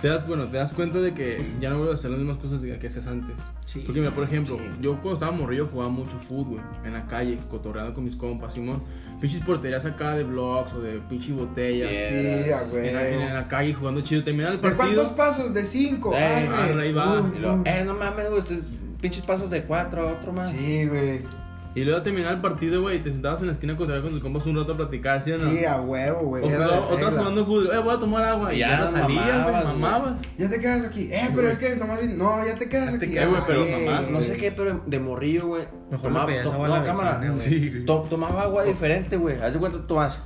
A: Te das, bueno, te das cuenta de que ya no vuelves a hacer las mismas cosas que hacías antes.
D: Sí.
A: Porque, mira, por ejemplo,
B: Sí.
A: yo cuando estaba morrillo jugaba mucho fútbol en la calle, cotorreando con mis compas, Simón. Pinches porterías acá de blogs o de pinches botellas.
C: Bien.
B: Sí, a
A: En la, en
B: güey.
A: la calle jugando chido. Terminaba el
B: ¿De
A: partido.
B: cuántos pasos? De cinco.
C: Ey,
B: Ay,
A: ah,
B: güey. Uh,
A: ahí va.
B: Uy,
C: Y luego,
B: uy.
C: eh, no mames, güey, estos pinches pasos de cuatro, otro más.
B: Sí, güey.
A: Y luego terminaba el partido, güey, y te sentabas en la esquina a cotorrear con tus compas un rato a platicar, ¿sí o no?
B: Sí, a huevo, güey.
A: o
B: Era
A: jugaba-
B: la regla.
A: otras jugando fútbol. Eh, voy a tomar agua. Y
C: Ya
A: ya, no salías,
C: mamabas,
A: güey,
C: güey.
A: mamabas.
B: Ya te quedas aquí. Eh, pero es que nomás vi- No, ya te quedas
A: Ya te
B: aquí.
A: quedas,
B: ya
A: güey, pero
B: salí.
A: nomás,
C: Eh, No sé qué, pero de morrillo, güey.
D: Mejor le pedías
C: to-
D: agua a
C: no,
D: la
C: cámara.
D: vecina, güey.
A: Sí, güey.
C: To- tomaba agua diferente, güey. Haz de cuenta, tomas.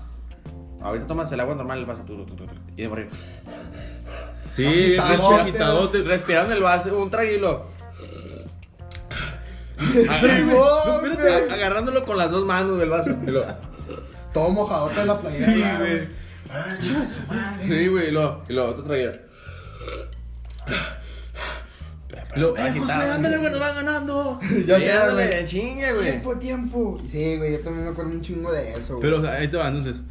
C: Ahorita tomas el agua normal, el vaso. tu, tu, tu, tu, tu, y de morrillo.
A: Sí, bien
B: Agitadote,
A: pinche agitadote.
C: Respirando el vaso, un traguilo.
B: Simón,
C: No, espérate,
B: güey.
C: agarrándolo con las dos manos del vaso. Y lo-
B: Todo mojadote en la playa.
C: Sí,
B: ya,
C: güey.
B: Ah, chinga su madre.
C: Sí, güey, y lo, y lo otro traguilo.
A: Lo, eh, José,
C: agitado.
A: ándale, güey, nos van ganando.
B: Ya
C: Sí,
B: sé,
C: ándale,
B: güey. pues,
C: chinga, güey.
B: Tiempo, tiempo. Sí, güey, yo también me acuerdo un chingo de eso, güey.
A: Pero, o sea, ahí te va, entonces.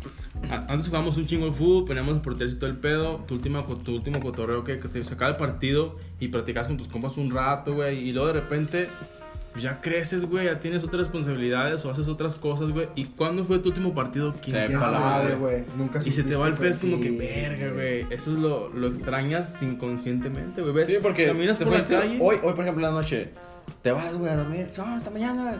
A: a- Antes jugamos un chingo de fútbol, poníamos los porteros y todo el pedo. Tu, última, co- tu último cotorreo que, que te sacaba el partido y platicabas con tus compas un rato, güey. Y luego de repente pues ya creces, güey. Ya tienes otras responsabilidades o haces otras cosas, güey. ¿Y cuándo fue tu último partido? ¿Quién
C: Se
B: ¿Quién
C: Sepa,
B: sabe, güey? Nunca
A: Y se te
B: supiste,
A: va el
B: pues,
A: pez como
B: sí.
A: que verga, güey. Eso es lo, lo extrañas inconscientemente, güey. ¿Ves?
C: Sí, porque
A: caminas
C: te
A: por la
C: fuiste
A: calle.
C: Hoy, hoy, por ejemplo, en la noche, te vas, güey, a dormir. No, hasta mañana, güey.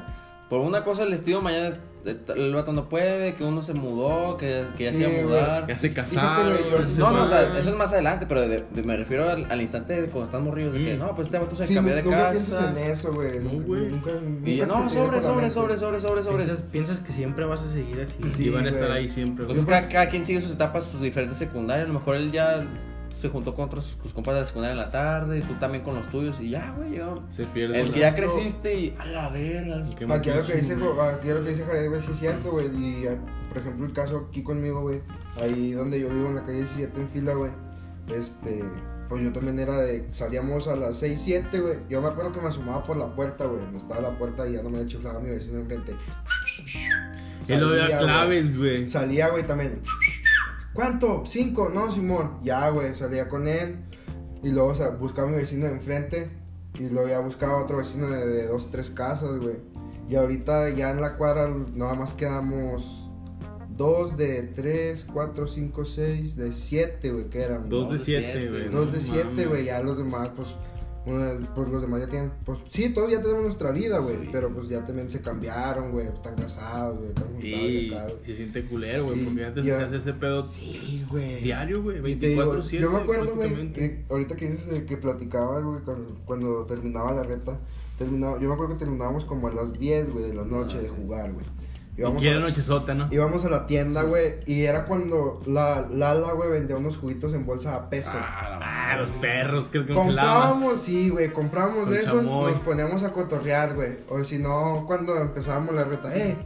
C: Por una cosa el estilo, mañana est- el vato no puede, que uno se mudó, que, que ya
B: Sí,
C: se iba a
B: güey.
C: mudar.
A: Ya se casaron.
B: Fíjate, güey, yo-
A: ya se
C: No, no, o sea,
A: van.
C: eso es más adelante, pero de- de- me refiero al, al instante de cuando están morridos, de que
A: Mm.
C: no, pues este vato se
B: Sí,
C: cambió
B: nu-
C: de
B: nunca piensas en
C: casa.
B: eso, güey.
A: No,
B: Nunca-
A: güey.
B: Nunca, nunca
C: Y ya,
B: se te
C: no,
B: viene
C: sobre,
B: por la
C: sobre,
B: mente.
C: sobre, sobre, sobre, sobre.
D: Piensas, piensas que siempre vas a seguir así.
B: Sí.
A: Y van a estar
B: güey.
A: ahí siempre, güey.
C: Entonces Pues cada, cada quien sigue sus etapas, sus diferentes secundarias. A lo mejor él ya se juntó con otros sus compas de la secundaria en la tarde, y tú también con los tuyos, y ya, güey, llegaron.
A: Se pierde.
C: El que
A: la-
C: ya creciste y a la verga.
A: Qué
B: Aquí lo que
A: macho,
B: dice,
A: güey.
B: aquí lo que dice Jared, güey, sí es cierto, güey. Y ah, por ejemplo, el caso aquí conmigo, güey, ahí donde yo vivo, en la calle 17 en fila, güey, este, pues yo también era de, salíamos a las 6, 7, güey. Yo me acuerdo que me asomaba por la puerta, güey, me estaba la puerta y ya no me chiflaba mi vecino enfrente.
A: Y lo
B: Salía,
A: de
B: güey.
A: claves, güey.
B: Salía, güey, también. ¿Cuánto? ¿Cinco? No, Simón. Ya, güey, salía con él. Y luego o sea, buscaba a mi vecino de enfrente. Y luego ya buscaba a otro vecino de, de dos, tres casas, güey. Y ahorita ya en la cuadra nada más quedamos dos de tres, cuatro, cinco, seis, de siete, güey, que eran.
A: Dos
C: No,
A: de
C: de
A: siete,
C: siete,
A: güey.
C: güey.
A: No
B: Dos de
A: mames.
B: siete, güey. Ya los demás, pues, uno de- pues los demás ya tienen, pues sí, todos ya tenemos nuestra vida, güey.
C: Sí.
B: Pero pues ya también se cambiaron, güey. Están casados, güey. Están juntados
A: Sí,
B: y acá, güey.
A: se siente culero, güey.
B: Y-
A: Porque antes
B: y-
A: se hace ese pedo
B: Sí, güey.
A: diario, güey.
B: Y te digo,
A: 24-7.
B: Yo me acuerdo, güey,
A: prácticamente.
B: eh, ahorita que dices eh, que platicabas, güey, cuando, cuando terminaba la reta, terminaba, yo me acuerdo que terminábamos como a las 10, güey, de la noche de jugar, güey.
A: Ah. Y
B: Íbamos,
A: quiere
B: a-
A: nochezota, ¿no?
B: íbamos a la tienda, güey, y era cuando la Lala, güey, vendía unos juguitos en bolsa a peso.
A: Ah, los perros que congelabas.
B: Comprábamos, sí, güey, comprábamos
A: Con
B: de esos,
A: chamoy.
B: nos poníamos a cotorrear, güey. O si no, cuando empezábamos la reta, eh,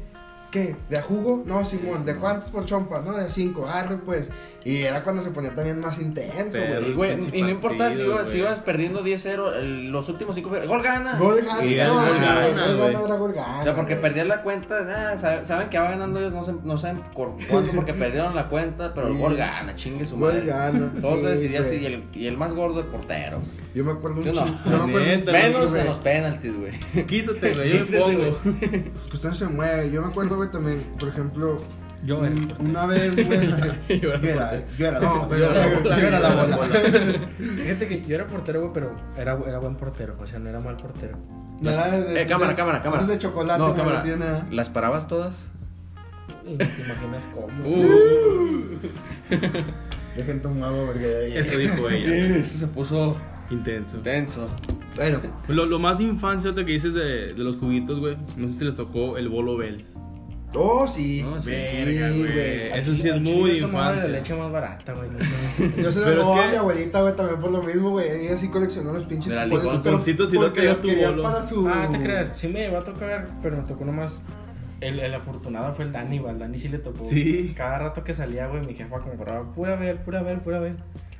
B: ¿Qué? ¿De a jugo? No, Simón. ¿De cuántos por chompa? No, de cinco. Arre, pues. Y era cuando se ponía también más intenso,
A: Pero-
B: güey.
C: Y, güey,
A: Pinche
C: y no importa si
A: partido,
C: ibas, si
A: güey.
C: ibas perdiendo 10-0, el- los últimos 5 gol gana.
B: Gol gana.
A: Y era el
B: No,
A: gol
B: sí,
A: gana,
B: güey, gol
A: güey.
B: gana, era gol gana,
C: O sea, porque
B: güey.
C: perdías la cuenta, ah, saben, saben que va ganando ellos, no, se- no saben por cuánto porque perdieron la cuenta, pero el gol gana, chingue su
B: Gol
C: madre.
B: gana,
C: Todo
B: sí,
C: se decidía
B: güey.
C: así, y el, y el más gordo el portero.
B: Yo me acuerdo un
C: Sí, no.
B: chingo. Yo me acuerdo un
A: Neta,
B: chingo,
C: Menos
B: güey.
C: en los penaltis, güey.
A: Quítate, güey, yo me pongo.
B: Que usted no se mueve. Yo me acuerdo, güey, también, por ejemplo,
D: Yo era.
B: un- una vez, güey. yo era, yo era, no, pero
C: Yo era la bola. Eh,
B: yo era la bola.
D: Fíjate que yo era portero, güey, pero era, era buen portero. O sea, no era mal portero.
B: No era de-
C: Eh, cámara,
B: de-
C: cámara, cámara.
B: esas de chocolate,
C: No,
B: me
C: cámara.
B: decían, era-
C: ¿Las parabas todas?
D: Y no te imaginas cómo.
A: Uh,
B: Dejen tomar agua porque
A: Eso dijo ella.
C: Eso se puso
A: Intenso.
C: tenso.
B: Bueno,
A: Lo, lo más de infancia ahorita que dices de, de los juguitos, güey. No sé si les tocó el bolo bel.
B: oh, sí.
C: No, sí,
A: Verga,
B: sí,
A: güey.
B: güey.
A: Eso sí
D: Al
A: es
D: chile
A: muy
D: yo tomaba la
A: infancia.
D: leche más barata, güey. no sé.
B: Yo se lo
A: Pero es
B: robaba
A: que-
B: a mi abuelita, güey, también por lo mismo, güey. Ella sí coleccionó los pinches
C: Mira,
B: cupones,
C: licón,
B: pero
A: concito, si no
B: porque
A: te
B: los
A: das tu
B: quería
A: bolo.
B: para su...
D: Ah, te creas. Sí me llegó a tocar, pero me tocó nomás. El, el afortunado fue el Dani, güey. Al Dani sí le tocó.
A: Sí.
D: Cada rato que salía, güey, mi jefa compraba pura ver, pura ver, pura ver.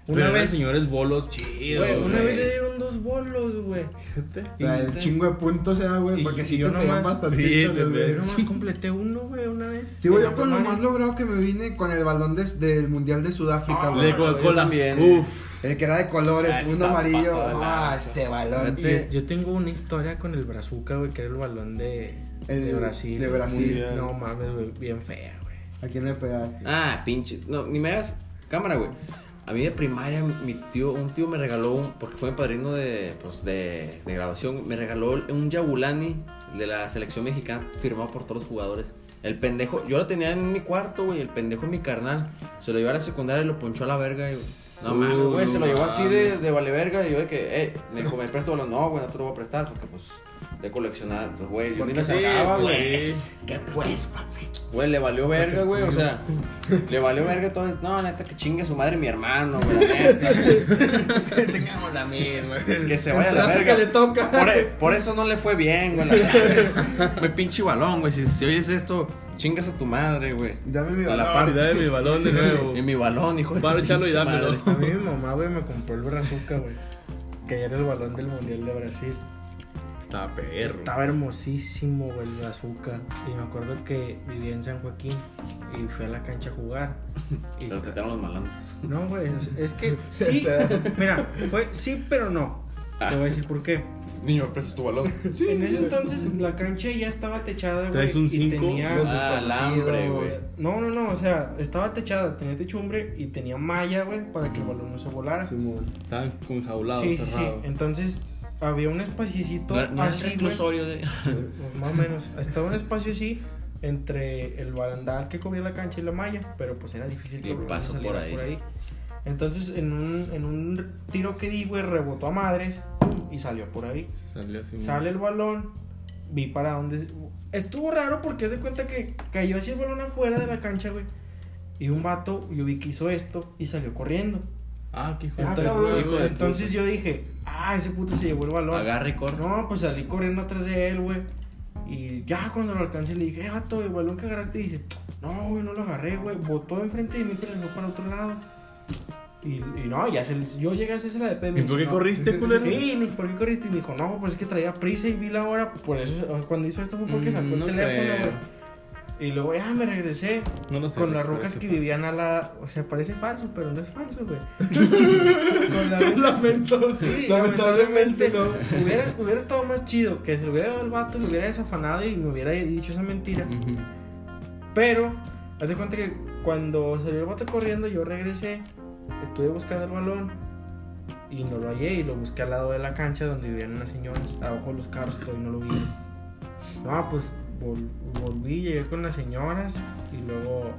A: Una
D: Una
A: vez,
D: vez,
A: señores, bolos
D: güey,
A: chidos.
D: una
A: güey.
D: vez le dieron dos bolos, güey.
B: O sea, el chingo de puntos era, güey,
D: Y-
B: porque
D: y
B: sí
D: yo
B: te pedían
D: nomás-
A: sí,
B: bastantitos,
A: te
B: güey.
D: Yo nomás completé uno, güey, una vez.
B: Digo,
D: En
B: yo
D: la
B: con lo
D: primaria.
B: más logrado que me vine con el balón des- del Mundial de Sudáfrica, güey.
A: Ah, De Coca-Cola.
C: también.
A: Uf.
B: El que era de colores,
A: Ah,
B: uno
A: está
B: amarillo.
A: pasado de
B: Ah,
A: lanza.
B: ese balón.
D: Yo, yo tengo una historia con el Brazuca, güey, que era el balón de,
B: El
D: de Brasil.
B: de Brasil.
A: Mundial.
D: No mames, güey, bien fea, güey.
B: ¿A quién le pegaste?
C: Ah, pinche. No, ni me hagas cámara, güey. A mí de primaria, mi tío, un tío me regaló, un- porque fue mi padrino de, pues, de, de graduación, me regaló un Yabulani de la selección mexicana, firmado por todos los jugadores. El pendejo, yo lo tenía en mi cuarto, güey, el pendejo en mi carnal. Se lo llevó a la secundaria y lo ponchó a la verga, güey. No mames, güey, se lo llevó así de, de vale verga. Y yo de que, eh, me dijo, me presto balón. No, güey, no te lo voy a prestar porque, pues, de coleccionar, pues, güey. Yo
A: Porque
C: ni las
A: sí,
C: usaba,
A: pues.
C: güey.
B: ¿Qué pues, papi?
C: Güey, le valió verga, güey, o sea, le valió verga todo esto. No, neta, que chingue su madre mi hermano, güey, la neta.
B: Tengamos la misma.
C: Que se vaya a la
B: que le
C: verga.
B: toca.
C: Por, e- por eso no le fue bien, güey, la neta. Güey, pinche balón, güey, si, si oyes esto, chingas a tu madre, güey.
B: Dame mi
C: A la
B: balón.
C: par-
A: Y dame mi balón de nuevo.
C: Y mi balón, hijo de
A: Paro,
C: tu
A: chalo, y
C: pinche
A: dámelo.
C: madre.
D: A mí mi mamá, güey, me compró el Brazuca, güey. Que era el balón del Mundial de Brasil.
A: Está perro.
D: Estaba hermosísimo, güey, el Brazuca. Y me acuerdo que vivía en San Joaquín y fui a la cancha a jugar. Y-
C: Pero te quitaron los malandros.
D: no, güey, es, es que
B: Se-
D: sí.
B: se-
D: Mira, fue sí, pero no. Te voy a decir por qué.
C: Niño, prestas tu balón.
D: en ese entonces la cancha ya estaba techada, güey.
A: ¿Traes un
D: y
A: cinco?
D: tenía-
B: Los
C: Ah, alambre, güey.
B: desconocidos.
D: No, no, no, o sea, estaba techada, tenía techumbre y tenía malla, güey, para que el balón no se volara. Sí,
B: Simón.
A: Estaban como enjaulados,
D: sí, sí.
A: cerrados.
D: Entonces había un espaciecito
C: No, no es
D: así, Ah, güey.
C: reclusorio de...
D: Pues, más o menos. Estaba un espacio así entre el barandal que cubría la cancha y la malla, pero pues era difícil que
C: Y
D: el balón
C: pasó
D: se saliera
C: por ahí.
D: Entonces, en un, en un tiro que di, güey, rebotó a madres pum, y salió por ahí.
A: Se salió así.
D: Sale el balón, vi para dónde. Estuvo raro porque se cuenta que cayó así el balón afuera de la cancha, güey. Y un vato, yo vi que hizo esto y salió corriendo.
A: Ah, qué hijo
B: Ah,
A: de
B: cabrón.
A: hijo de
D: Entonces yo dije, ah, ese puto se llevó el balón.
C: Agarra y corre.
D: No, pues salí corriendo atrás de él, güey. Y ya cuando lo alcancé le dije, eh, vato, el balón que agarraste. Y dice, no, güey, no lo agarré, güey. Botó enfrente de mí, pero se fue para otro lado. Y, y no, ya se, yo llegué a hacerse la de pedo. me
A: ¿Y
D: dice,
A: por qué
D: "No".
A: corriste, culero?
D: Sí, me dijo, ¿por qué corriste? Y me dijo, no, pues es que traía prisa y vi la hora. Por eso, cuando hizo esto fue porque sacó
A: Mm,
D: el
A: no
D: teléfono,
A: creo.
D: güey. Y luego ya me regresé
A: No lo sé.
D: con
A: güey,
D: las rucas
A: parece
D: que
A: falso.
D: vivían a la. O sea, parece falso, pero no es falso, güey. con las rucas-
B: Lamento-
D: Sí,
B: lamentablemente no.
D: Hubiera, hubiera estado más chido que se lo hubiera dado el vato, me hubiera desafanado y me hubiera dicho esa mentira.
A: Ujú.
D: Pero, hace cuenta que cuando salió el vato corriendo, yo regresé, estuve buscando el balón y no lo hallé. Y lo busqué al lado de la cancha donde vivían unas señoras, abajo de los carros, y no lo vi. No, pues vol- volví, llegué con las señoras y luego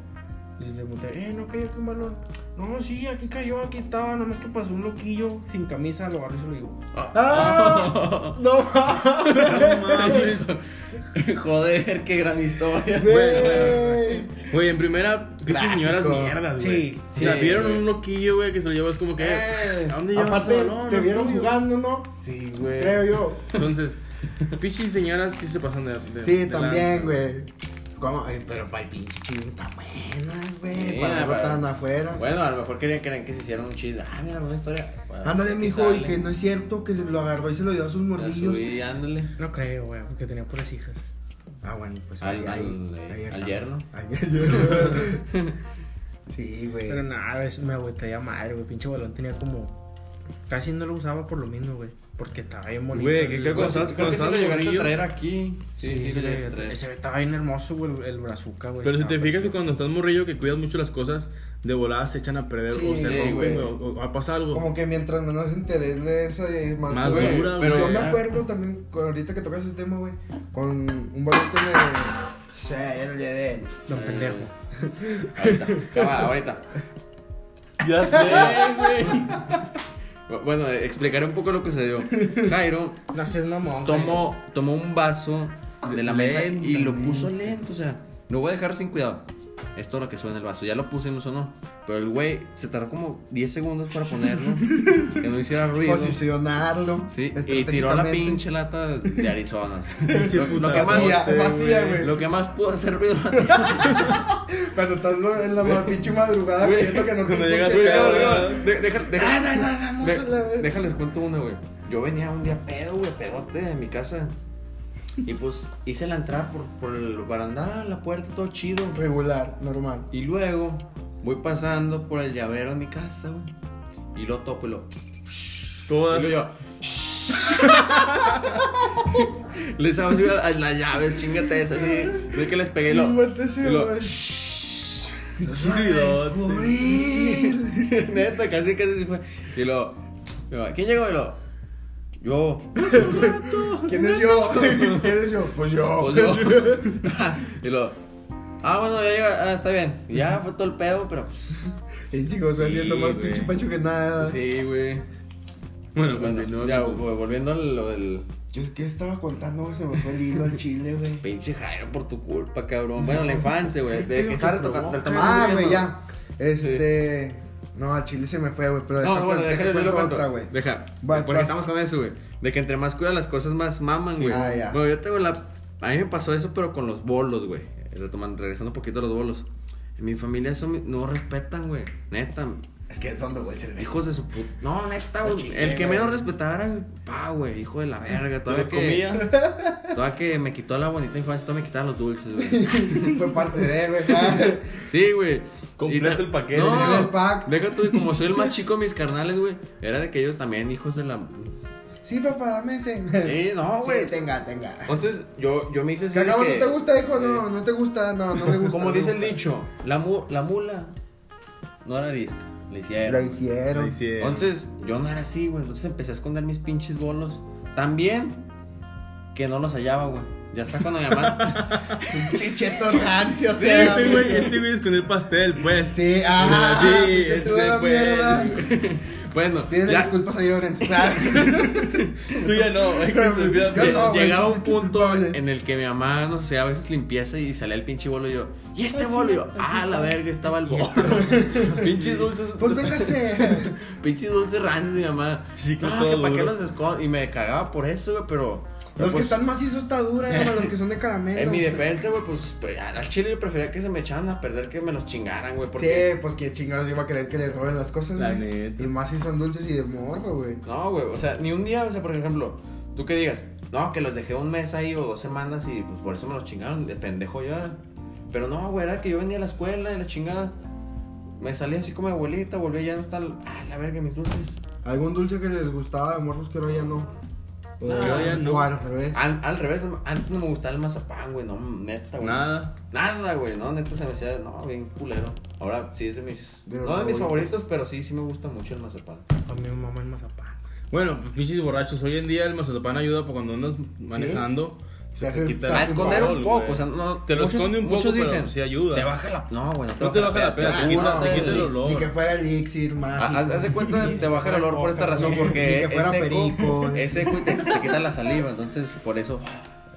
D: les pregunté, eh, no cayó aquí un balón. No, sí, aquí cayó, aquí estaba, nomás que pasó un loquillo sin camisa, lo agarré y se lo digo.
B: ¡Ah! ¡No
A: No mames.
C: Joder, qué gran historia.
B: güey!
A: Güey, en primera, pinches
B: Trágico.
A: señoras mierdas, güey.
D: Sí,
A: O sea,
C: sí,
A: vieron
C: güey.
A: un loquillo, güey, que se lo llevas como que.
C: Eh,
A: ¿A dónde llevas
B: Aparte,
A: ese balón?
B: te
A: ¿Es
B: vieron
A: tuyo?"
B: jugando, ¿no?
A: Sí, güey.
B: Creo yo.
A: Entonces, pinches señoras sí se pasan de. de-
B: Sí,
A: de
B: también,
A: lanza.
B: güey. ¿Cómo? Ay, pero para el pinche chisme está buena, güey.
C: Sí,
B: para algo
C: para-
B: tan afuera.
C: Bueno, a lo mejor querían, querían que se hiciera un chiste. Ah, mira, una historia. Bueno,
B: Ándale,
C: aquí
B: mijo, y
C: sale.
B: que no es cierto, que se lo agarró y se lo dio a sus
C: La
B: morrillos.
C: subí, ándale.
D: No creo, güey, porque tenía puras hijas.
B: Ah, bueno, pues
C: Al- al- eh, al
B: acaba.
C: yerno.
B: Al yerno. sí, güey.
D: Pero nada, es- me agüitaría madre, güey. Pinche balón tenía como. Casi no lo usaba por lo mismo, güey. Porque estaba bien bonito.
A: Güey, ¿qué- qué
D: el-
C: Creo que
A: cosas?
C: sí- creo que sí lo
A: ¿Cuántos
C: llegaste a
A: morrillos?
C: traer aquí. Sí, sí, lo
D: güey,
C: llegaste a traer.
D: Ese estaba bien hermoso, güey, el, el brazuca, güey.
A: Pero si
D: estaba
A: te fijas que
D: precioso.
A: cuando estás morrillo que cuidas mucho las cosas, de volada se echan a perder
B: Sí,
A: o se
C: sí,
A: rompen
C: güey.
A: o, o- o pasa algo.
B: Como que mientras menos interés le es, eh, más,
A: Más
B: dura.
A: dura,
C: pero-
B: Yo me
C: ya.
B: acuerdo también, con- ahorita que tocas ese tema, güey, con un balón que me... Sí, el de...
D: Don
C: Eh.
D: pendejo.
C: Ahorita, ya va, ahorita.
A: Ya sé, güey.
C: Bu- Bueno, eh, explicaré un poco lo que se dio. Jairo
D: No seas mamón. güey.
C: tomó, tomó un vaso de la mesa y lo
A: Lentamente.
C: puso lento. O sea, lo voy a dejar sin cuidado. Es todo lo que suena el vaso. Ya lo puse y no sonó. Pero el güey se tardó como 10 segundos para ponerlo. que no hiciera
B: Pues
C: ruido.
B: Posicionarlo.
C: Sí, y tiró a la
B: estratégicamente.
C: pinche lata de Arizona.
A: Pinche
C: lo, lo que
A: putazo.
C: más,
B: Vacía,
A: Te-
B: vacía,
A: güey.
B: güey.
C: lo que más pudo hacer ruido.
B: Cuando estás en la ma- pinche madrugada
C: Güey,
B: pidiendo que no
A: cuando
B: te
A: llegas,
B: escuche,
A: güey,
B: cabrón.
A: güey.
C: De- deja- deja-
B: Ah, no, no, no,
C: de-
B: vamos a la-
C: déjales cuento una, güey. Yo venía un día pedo, güey, pedote de mi casa. Y pues hice la entrada por, por el barandal, la puerta, todo chido.
B: Regular, normal.
C: Y luego voy pasando por el llavero de mi casa, güey. Y lo topo y lo.
A: Todas.
C: Y luego yo. les hago así a las llaves, chingate esas. así. De que les pegué y lo.
B: Mátese,
C: y lo-
B: güey.
A: Pinche ruidote.
C: Neta, casi, casi se fue. Y lo. ¿Quién llegó? Y lo. Yo.
B: ¿Quién es yo? ¿Quién es yo? Pues yo.
C: Pues yo. y lo. Ah, bueno, ya llega. Ah, está bien. Y ya fue todo el pedo, pero. pues,
B: Y chicos,
A: Sí,
B: haciendo más
A: güey.
B: pinche pancho que nada.
C: Sí, güey.
A: Bueno,
C: Bueno,
A: continúa
C: ya,
A: con tu-
C: güey, volviendo a lo del
B: Yo qué estaba contando, güey, se me fue el hilo al chile, güey.
C: pinche Jairo por tu culpa, cabrón. Bueno, la infancia, güey. De que
D: lo
C: Jairo
D: que
C: toca-
D: provoca.
C: tocamos
B: Ah,
C: subiendo.
B: güey, ya. Este. No, al chile se me fue, güey. Pero deja,
C: No, bueno,
B: cuento-
C: déjale,
B: deja
C: yo lo
B: cuento
C: cuento.
B: otra, güey.
C: Deja.
B: Vas,
C: porque
B: vas.
C: estamos con eso, güey. De que entre más cuidas las cosas, más maman, güey.
B: Ah, ya.
C: Bueno, yo tengo la. A mí me pasó eso, pero con los bolos, güey. Retomando, regresando un poquito a los bolos. En mi familia eso mi- no respetan, güey. Neta.
B: Es que son de bolsas, güey.
C: Hijos de su puta. No, neta,
B: Al
C: güey.
B: Ah, chile,
C: El que
B: güey.
C: menos respetara, güey. Pa, güey. Hijo de la verga.
A: ¿Te
C: Todavía
A: las
C: que,
A: comía?
C: todavía que me quitó la bonita infancia, todavía me quitaba los dulces, güey.
B: Fue parte de, güey. ah.
C: Sí, güey.
A: Completa
C: Y ta-
A: el paquete.
C: No,
B: El pack.
C: Deja tú, y como soy el más chico de mis carnales, güey. Era de que ellos también, hijos de la.
B: Sí, papá, dame ese.
C: Sí, no, güey.
B: Sí, tenga, tenga.
C: Entonces, yo, yo me hice así.
B: Se
C: de
B: acabó, no
C: que-
B: te gusta, hijo. No, no te gusta, no, no me gusta.
C: Como
B: no
C: dice
B: me
C: el
B: gusta.
C: dicho, la, mu- la mula no era arisca, le
B: Lo
C: hicieron.
B: hicieron.
A: Lo
C: eh.
A: hicieron.
C: Entonces, yo no era así, güey. Entonces empecé a esconder mis pinches bolos. También que no los hallaba, güey. Ya está cuando me llamaron.
B: Chicheto rancio, o
A: Sí,
B: sea,
A: este güey, este güey escondió el pastel, pues.
B: Sí, ajá.
A: Sí,
B: fuiste tú
A: este,
B: a la
A: pues.
B: mierda.
C: bueno,
B: Pídele
C: ya,
B: disculpas a Llorens. Ah,
A: Tú ya no, güey.
B: Yo no, güey,
C: llegaba
B: tú
C: un
B: fuiste
C: punto
B: culpable.
C: en el que mi mamá, no sé, a veces limpieza y salía el pinche bolo y yo, ¿y este bolo? Y yo, ah, la verga, estaba el bolo. pinches dulces.
B: Pues véngase.
C: Pinches dulces rancios, mi mamá.
A: Chicle
C: no,
A: todo
C: que para qué
A: duro.
C: los escondo. Y me cagaba por eso, güey, pero.
B: Los que
C: pues,
B: están macizos está dura, como los que son de caramelo.
C: En mi defensa, güey, pues, pues, a la chile yo prefería que se me echaran a perder que me los chingaran, güey.
B: Sí,
C: Porque.
B: pues que chingados iba a querer que le roben las cosas,
A: La
B: güey.
A: neta.
B: Y más si son dulces y de morro, güey.
C: No, güey, o sea, ni un día, o sea, por ejemplo, tú que digas, no, que los dejé un mes ahí o dos semanas y pues por eso me los chingaron, de pendejo yo era. Pero no, güey, era que yo venía a la escuela y la chingada. Me salía así como mi abuelita, volví ya no está. Ah, la verga, mis dulces.
B: ¿Algún dulce que les gustaba de morros que ahora ya no? O-
A: No, ya no.
B: O al revés.
C: Al, al revés, no- antes no me gustaba el mazapán, güey, no, neta, güey.
A: Nada.
C: Nada, güey, no, neta se me hacía, no, bien culero. Ahora sí es de mis,
B: De los
C: no de
B: favoritos.
C: mis favoritos, pero sí, sí me gusta mucho el mazapán.
D: A mí me mamá el mazapán.
A: Bueno, pues pinches borrachos. Hoy en día el mazapán ayuda para cuando andas manejando.
B: Te hace-
A: te quita
B: te
A: el
C: A
B: hace un
C: esconder
A: alcohol,
C: un poco,
A: güey.
C: o sea, no.
A: Te lo esconde un poco,
C: muchos
A: pero
C: dicen,
A: sí ayuda.
C: Te baja la. No, güey, no Ah, te,
A: No te baja la pena, te quita-
B: no,
A: te
B: Ah, güey,
A: quita el
B: ni-
A: olor.
B: Ni que fuera elixir,
C: Ah, Haz
B: mágico.
C: haz de cuenta, te baja el olor por esta razón,
B: Ni-
C: porque
B: ni que fuera
C: es seco,
B: perico. eh.
C: es seco y te, te quita la saliva, entonces por eso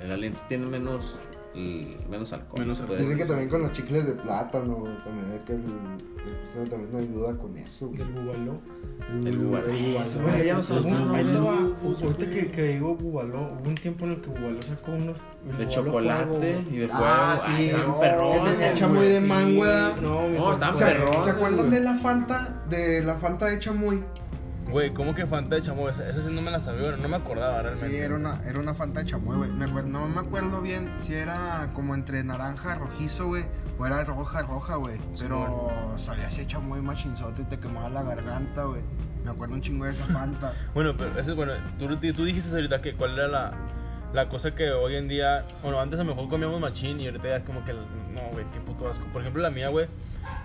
C: el aliento tiene menos l- menos alcohol.
A: Menos
C: se
A: alcohol.
C: puede
B: Dicen que
C: decir.
B: también con los chicles de plátano, güey, también es que el, el plátano también ayuda con eso. güey.
E: Del bubaló.
C: El bubaló.
B: bubaló.
E: Güey,
D: ya no
E: hubo-
D: saltaron,
E: ahí
D: güey.
E: te va. Ahorita que, que digo bubaló, hubo un tiempo en el que bubaló sacó unos. el
C: De
E: bubaló
C: chocolate
E: fuego, güey.
C: y de fuego.
D: Ah, sí,
C: Ay, estaban
D: no,
C: perrones,
B: que tenía
C: güey.
B: chamoy de mango, ¿verdad?
E: No, mi
C: No,
E: hijo,
C: estaba
B: O sea,
C: perrón,
B: ¿Se acuerdan
C: güey.
B: de la Fanta? De la Fanta de chamoy.
A: Güey, ¿cómo que Fanta de chamoy? Esa, esa sí no me la sabía, no me acordaba realmente.
B: Sí, era una, era una Fanta de chamoy, güey. Me acuer- no me acuerdo bien si era como entre naranja, rojizo, güey. O era roja, roja, güey. Pero sabía si chamoy machinzote y te quemaba la garganta, güey. Me acuerdo un chingo de esa Fanta.
A: Bueno, pero ese, bueno, tú, tú dijiste ahorita que cuál era la, la cosa que hoy en día, bueno, antes a lo mejor comíamos machín y ahorita ya como que, no, güey, qué puto asco. Por ejemplo, la mía, güey,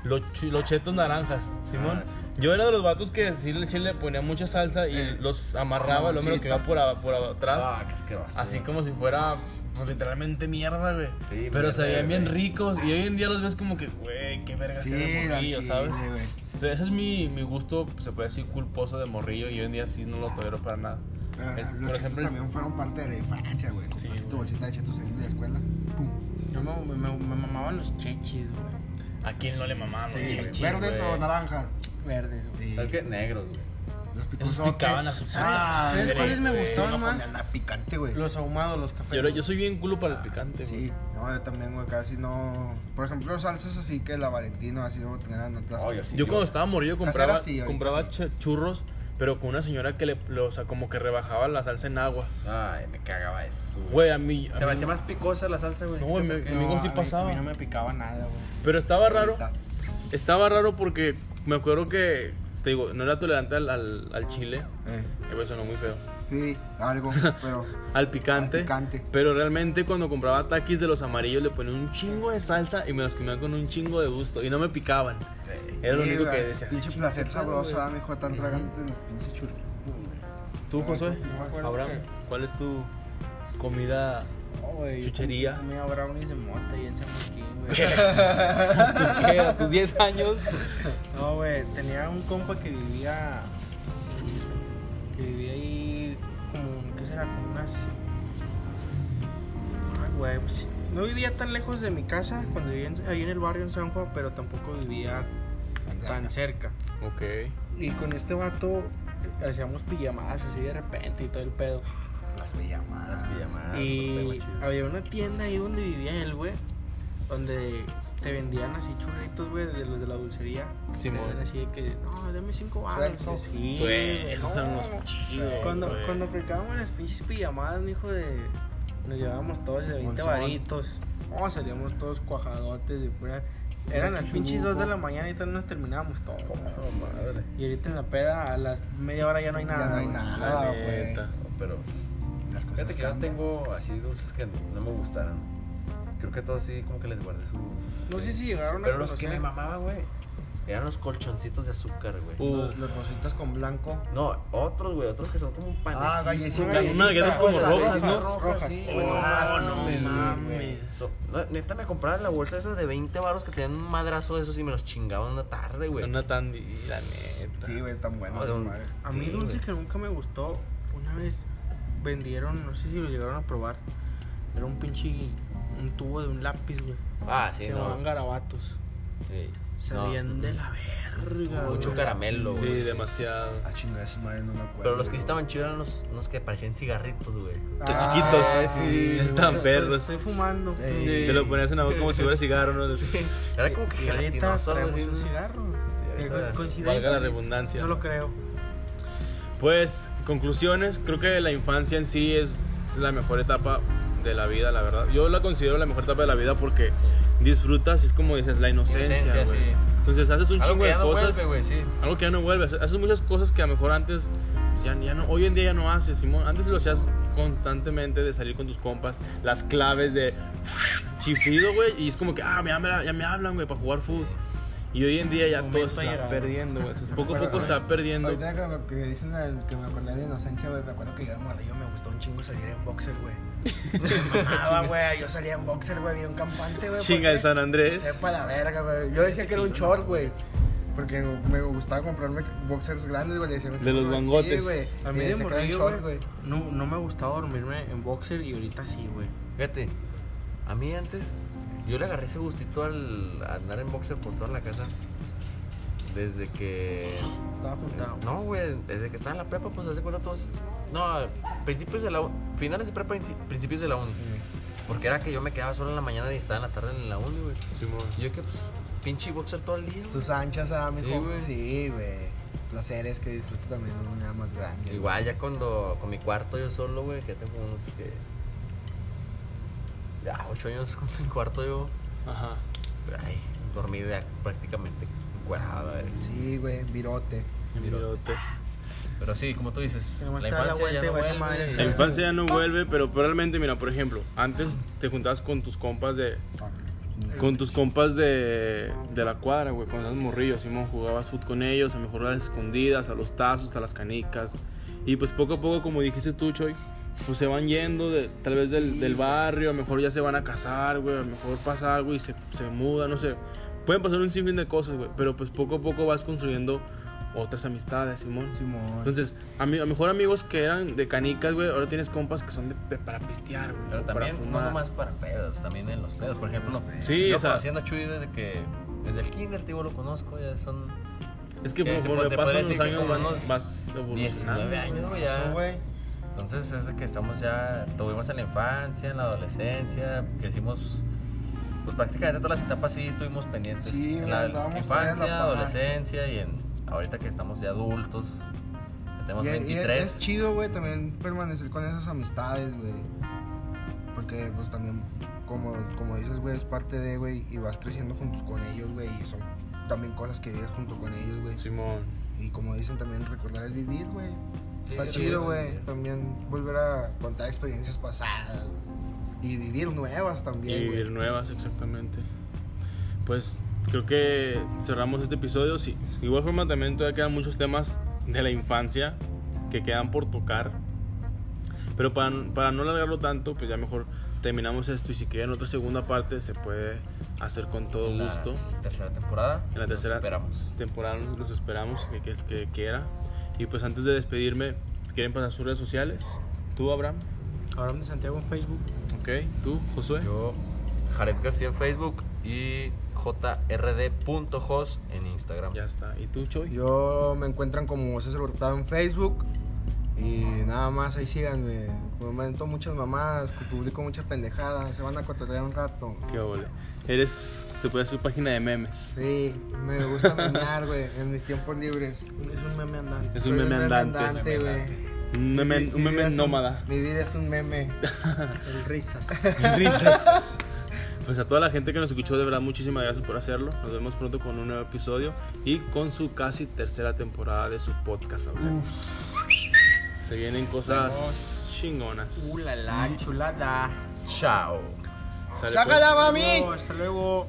A: los, chu- los chetos naranjas, Simón.
C: Ah, sí.
A: Yo era de los vatos que sí le, sí le ponía mucha salsa y los amarraba, lo menos que iba por, a- por atrás.
C: Eh. Ah, qué asqueroso.
A: Así como si fuera pues, literalmente mierda, güey.
C: Sí,
A: Pero
C: mierda,
A: se veían bien
C: güey.
A: ricos y hoy en día los ves como que, güey, qué verga se ve
B: la
A: morrillo,
B: chile,
A: ¿sabes?
B: güey.
A: O sea, ese es mi, mi gusto, pues, se puede decir, culposo de morrillo y hoy en día sí no lo tolero para nada.
B: Pero
A: Eh,
B: Ah, los
A: por
B: chetos
A: ejemplo, el-
B: también fueron parte de la infancia, güey.
A: Sí,
B: Compraste tu
A: güey.
B: bolsita de chetos en la escuela.
E: Yo me, me- me mamaban los chechis, güey.
A: ¿A quién Ah, no le mamaban?
B: Sí,
A: los
B: güey.
A: chichis,
B: verdes
A: güey?
B: o naranjas.
E: Verdes, güey.
B: Sí.
C: Es que negros, güey.
B: Los
A: Esos
B: picosotes.
A: picaban a su
E: ¿Sabes,
B: Ah,
E: ¿sabes
A: madre,
E: cuáles me
A: güey.
E: gustaban
B: No,
E: más?
B: nada picante, güey.
E: Los ahumados, los cafés.
A: Yo, yo soy bien culo para el picante, Este, güey.
B: Sí, no, yo también, güey, casi no. Por ejemplo, salsas así que la Valentino, así no tenían otras.
C: Obvio, sí.
A: yo cuando estaba morrillo compraba,
B: Caseras sí, ahorita
A: compraba
B: sí.
A: ch- churros, pero con una señora que le, lo- o sea, como que rebajaba la salsa en agua.
C: Ay, me cagaba eso.
A: Güey, a mí... a
C: Se me
A: mí-
C: hacía más picosa la salsa, güey.
A: No, güey, me-
C: Chocolate.
A: Conmigo sí
E: a mí-
A: pasaba.
E: A mí no me picaba nada, güey.
A: Pero estaba raro.
B: Ahorita.
A: Estaba raro porque me acuerdo que, te digo, no era tolerante al, al, al chile.
B: Eh,
A: que Eso sonó muy feo.
B: sí, algo, pero.
A: Al picante.
B: Al picante.
A: Pero realmente cuando compraba taquis de los amarillos le ponía un chingo de salsa y me los comía con un chingo de gusto. Y no me picaban. Era lo
B: Sí,
A: único que
B: güey,
A: decía.
B: Pinche placer sabrosa, mi hijo, tan tragante los pinches churritos, güey.
A: ¿Tú,
B: No,
A: Josué?
B: yo me acuerdo
A: Abraham, ¿cuál es tu comida?
D: Oh, güey, yo
A: Chuchería.
D: comí a brownies de mota y en San Joaquín, güey.
A: ¿Tus qué? ¿A tus 10 años?
D: No, güey, tenía un compa que vivía. Que vivía ahí. Como, ¿Qué será? Como unas. Ah, güey, pues. No vivía tan lejos de mi casa cuando vivía en- ahí en el barrio en San Juan, pero tampoco vivía tan cerca.
A: Ok.
D: Y con este vato eh, hacíamos pijamadas así de repente y todo el pedo.
B: Las pijamadas.
C: Pijamadas,
D: Y
C: corte, güey,
D: había una tienda ahí donde vivía él, güey. Donde te vendían así churritos, güey, de los de la dulcería.
A: Simón.
D: Te daban así de que, no, dame cinco baros.
B: Suelto.
D: Sí,
A: Sue- esos
D: no.
A: son los chidos.
D: Cuando,
A: güey.
D: cuando aplicábamos las pinches pijamadas, mijo, de... Nos llevábamos todos de 20
B: Monzón.
D: varitos. No, salíamos todos cuajadotes de pura... Eran las pinches 2 de la mañana y tal nos terminábamos todos.
C: Oh, madre.
D: Y ahorita en la peda a las media hora ya no hay
B: Ya
D: nada.
B: no hay
D: güey.
A: La
B: nada, güey.
A: neta.
C: No, Pero
B: Las cosas
C: fíjate que yo
B: cambian.
C: tengo así dulces que no me gustaron. Creo que todos sí como que les guardé su...
D: No sé si llegaron a
C: Pero los que
D: conocer.
C: me mamaban, güey, eran los colchoncitos de azúcar, güey.
A: Uh,
B: Los los bolsitas con blanco.
C: No, otros, güey, otros que son como un panecito.
B: Ah, gallecito.
D: Las-
A: unas galletas como rojas, ¿no?
C: Rojas, sí,
A: Oh,
C: güey. no mames,
A: no
C: güey.
B: mames.
C: So- no, neta, me compraron la bolsa esa de 20 baros que tenían un madrazo de esos y me los chingaban una tarde, güey.
A: Una tandi, la neta.
B: Sí, güey, tan bueno,
C: No, de un-
B: madre.
D: A mí
C: Sí,
D: dulce
C: güey.
D: que nunca me gustó, una vez vendieron, no sé si lo llegaron a probar, era un pinche, un tubo de un lápiz, güey.
C: Ah, sí,
D: Se
C: no.
D: llamaban garabatos.
C: Sí.
D: Sabían
C: No,
D: de
C: mm.
D: la verga.
C: Mucho
D: güey.
C: caramelo,
A: Sí,
C: güey.
A: demasiado.
B: Ah, chingada, esa madre no me acuerdo.
C: Pero los que
B: güey.
C: sí estaban chidos eran los, los que parecían cigarritos, güey.
A: Los
D: Ah,
A: chiquitos.
B: sí,
A: Estaban
D: estoy-
A: perros.
D: Estoy fumando.
B: Sí.
A: Te lo ponías en la boca como si fuera cigarro, ¿no?
C: Era como que
D: Y ahorita
C: gelatinoso, algo
D: traemos
C: así.
D: un
C: ¿no?
D: cigarro.
C: ahorita-
D: Eh, co-
A: Valga la
D: Coincidencia.
A: redundancia.
D: No lo creo.
A: Pues, conclusiones, creo que la infancia en sí es la mejor etapa de la vida, la verdad. Yo la considero la mejor etapa de la vida porque disfrutas, es como dices, la inocencia,
C: Inocencia,
A: güey.
C: sí.
A: Entonces haces un
C: Algo pues,
A: chingo
C: que
A: de
C: ya no
A: cosas,
C: vuelve, güey, sí.
A: algo que ya no vuelve, haces muchas cosas que a lo mejor antes pues, ya, ya no, hoy en día ya no haces, Simón. Antes lo hacías constantemente de salir con tus compas, las claves de chiflido, güey, y es como que, ah, ya me, ya me hablan, güey, para jugar fútbol. Y hoy en día ya todo
D: Momento
A: se está
D: llegado.
A: perdiendo, güey. Poco a
B: Pero,
A: poco se va perdiendo.
B: Ahorita que, lo que dicen al que me acordé de inocencia, güey, me acuerdo que yo era morrillo me gustó un chingo salir en boxer, güey. Me mamaba, güey, yo salía en boxer, güey, bien campante, güey.
A: Chinga
B: porque-
A: el San Andrés.
B: Sepa la verga, güey. Yo decía que era un short, güey. Porque me gustaba comprarme boxers grandes, güey. le decía,
A: De los
B: "Sí,
A: guangotes".
B: güey.
D: A
B: Y
D: mí
B: decía que
D: de
B: era un
D: morrillo,
B: short,
D: güey,
B: güey.
D: no, no me gustaba dormirme en boxer y ahorita sí, güey.
C: Fíjate, A mí antes, yo le agarré ese gustito al andar en boxer por toda la casa. Desde que. eh,
D: Estaba juntado.
C: No, güey, desde que estaba en la prepa, pues hace cuenta todos. No, principios de la. u- Finales de prepa, princi- principios de la uni. Porque era que yo me quedaba solo en la mañana y estaba en la tarde en la uni, güey. Y yo que, pues, pinche boxer todo el día. güey.
B: Tus anchas, ah,
C: Sí,
B: mijo.
C: güey.
B: Sí, güey. Placeres que disfruto también de una edad más grande.
C: Igual ya cuando con mi cuarto yo solo, güey, que tengo unos que. Ya, ocho años con mi cuarto yo.
A: Ajá.
C: Ay, dormí ya prácticamente eh, cuadrado, a ver.
B: Sí, güey, virote.
A: Mirote.
C: Pero sí, como tú dices,
D: Nomás
C: la
D: te da la
C: infancia
D: vuelta
C: ya
D: y
C: no
D: vas a
C: vuelve,
D: madre.
C: sí.
A: La infancia ya no vuelve, pero realmente, mira, por ejemplo, antes te juntabas con tus compas de. Con tus compas de, de la cuadra, güey, con esos morrillos, Simón, jugabas fútbol con ellos, a lo mejor a las escondidas, a los tazos, a las canicas. Y pues poco a poco, como dijiste tú, Choy, pues se van yendo de, tal vez del, del barrio, a lo mejor ya se van a casar, güey, a lo mejor pasa algo y se, se muda, no sé. Pueden pasar un sinfín de cosas, güey, pero pues poco a poco vas construyendo otras amistades, Simón.
B: Simón.
A: Entonces, a, mi- a mejor amigos que eran de canicas, güey, ahora tienes compas que son de, de- para pistear, güey.
C: Pero
A: para
C: también, no
A: fumar.
C: nomás para pedos, también en los pedos, por ejemplo.
A: Sí,
C: yo
A: o sea-
C: conociendo a Chuy desde que. Desde el kinder, tío, lo conozco, ya son
A: Es que
C: Eh, se
A: por
C: puede-
A: lo que
C: se podría
A: pasan
C: decir
A: los
C: que
A: años,
C: como
A: van-
C: unos
A: vas evolucionando.
C: 19 años, güey, ya.
B: Eso, güey.
C: Entonces es de que estamos ya, tuvimos en la infancia, en la adolescencia, crecimos, pues prácticamente todas las etapas sí estuvimos pendientes.
B: Sí,
C: en
B: güey,
C: la
B: andábamos
C: infancia,
B: todavía en la par.
C: adolescencia y en ahorita que estamos ya adultos, ya tenemos
B: Y, es- y es-
C: 23.
B: es chido, güey, también permanecer con esas amistades, güey. Porque, pues, también, como, como dices, güey, es parte de, güey, y vas creciendo juntos con ellos, güey, y son también cosas que vives junto con ellos, güey.
A: Simón.
B: Y como dicen también, recordar es vivir, güey.
C: Sí,
B: Está
C: sí,
B: chido,
C: sí.
B: güey. También volver a contar experiencias pasadas y vivir nuevas
A: Y
B: también,
A: vivir
B: güey.
A: nuevas, exactamente. Pues creo que cerramos este episodio. Sí. De igual forma, también todavía quedan muchos temas de la infancia que quedan por tocar. Pero para, para no alargarlo tanto, pues ya mejor terminamos esto. Y si quieren otra segunda parte, se puede hacer con todo
C: En la
A: gusto.
C: tercera temporada.
A: En la
C: nos
A: tercera-
C: Esperamos.
A: temporada nos- los esperamos que, que, que quiera y pues antes de despedirme quieren pasar sus redes sociales tú Abraham
D: Ahora de Santiago en Facebook.
A: ok tú Josué
C: Yo, Jared García en Facebook y jrd.jos en Instagram.
A: ya está y tú Choy
B: Yo me encuentran como César Hurtado en Facebook. Y nada más, ahí síganme. Comento muchas mamadas, publico muchas pendejadas. Se van a cotorrear un rato.
A: qué ole eres te puedes hacer página de memes
B: Sí, me gusta menear, güey, en mis tiempos libres.
D: Es un meme andante.
A: es
B: Soy
A: un meme andante
B: andante,
C: Meme
B: güey.
C: andante.
A: un meme,
B: Mi-
A: un
B: mi
A: meme
B: vida es
A: nómada
B: Mi vida es un meme.
D: El risas.
A: Risas. pues a toda la gente que nos escuchó de verdad muchísimas gracias por hacerlo nos vemos pronto con un nuevo episodio y con su casi tercera temporada de su podcast hablemos se vienen cosas chingonas
D: Uh, la, la chulada.
C: Chao.
A: Sale, pues.
B: ¡Sácala, mami!
D: Luego, hasta luego.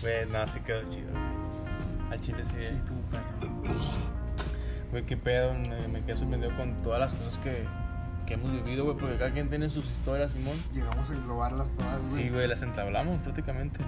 A: Güey, no, se quedó chido. güey. Al chile sí. eh. Güey, qué pedo. Me, me quedé sorprendido con todas las cosas que, que hemos vivido, güey. Porque cada quien tiene sus historias, Simón.
B: Llegamos a englobarlas todas, güey.
A: Sí, güey, las entablamos prácticamente.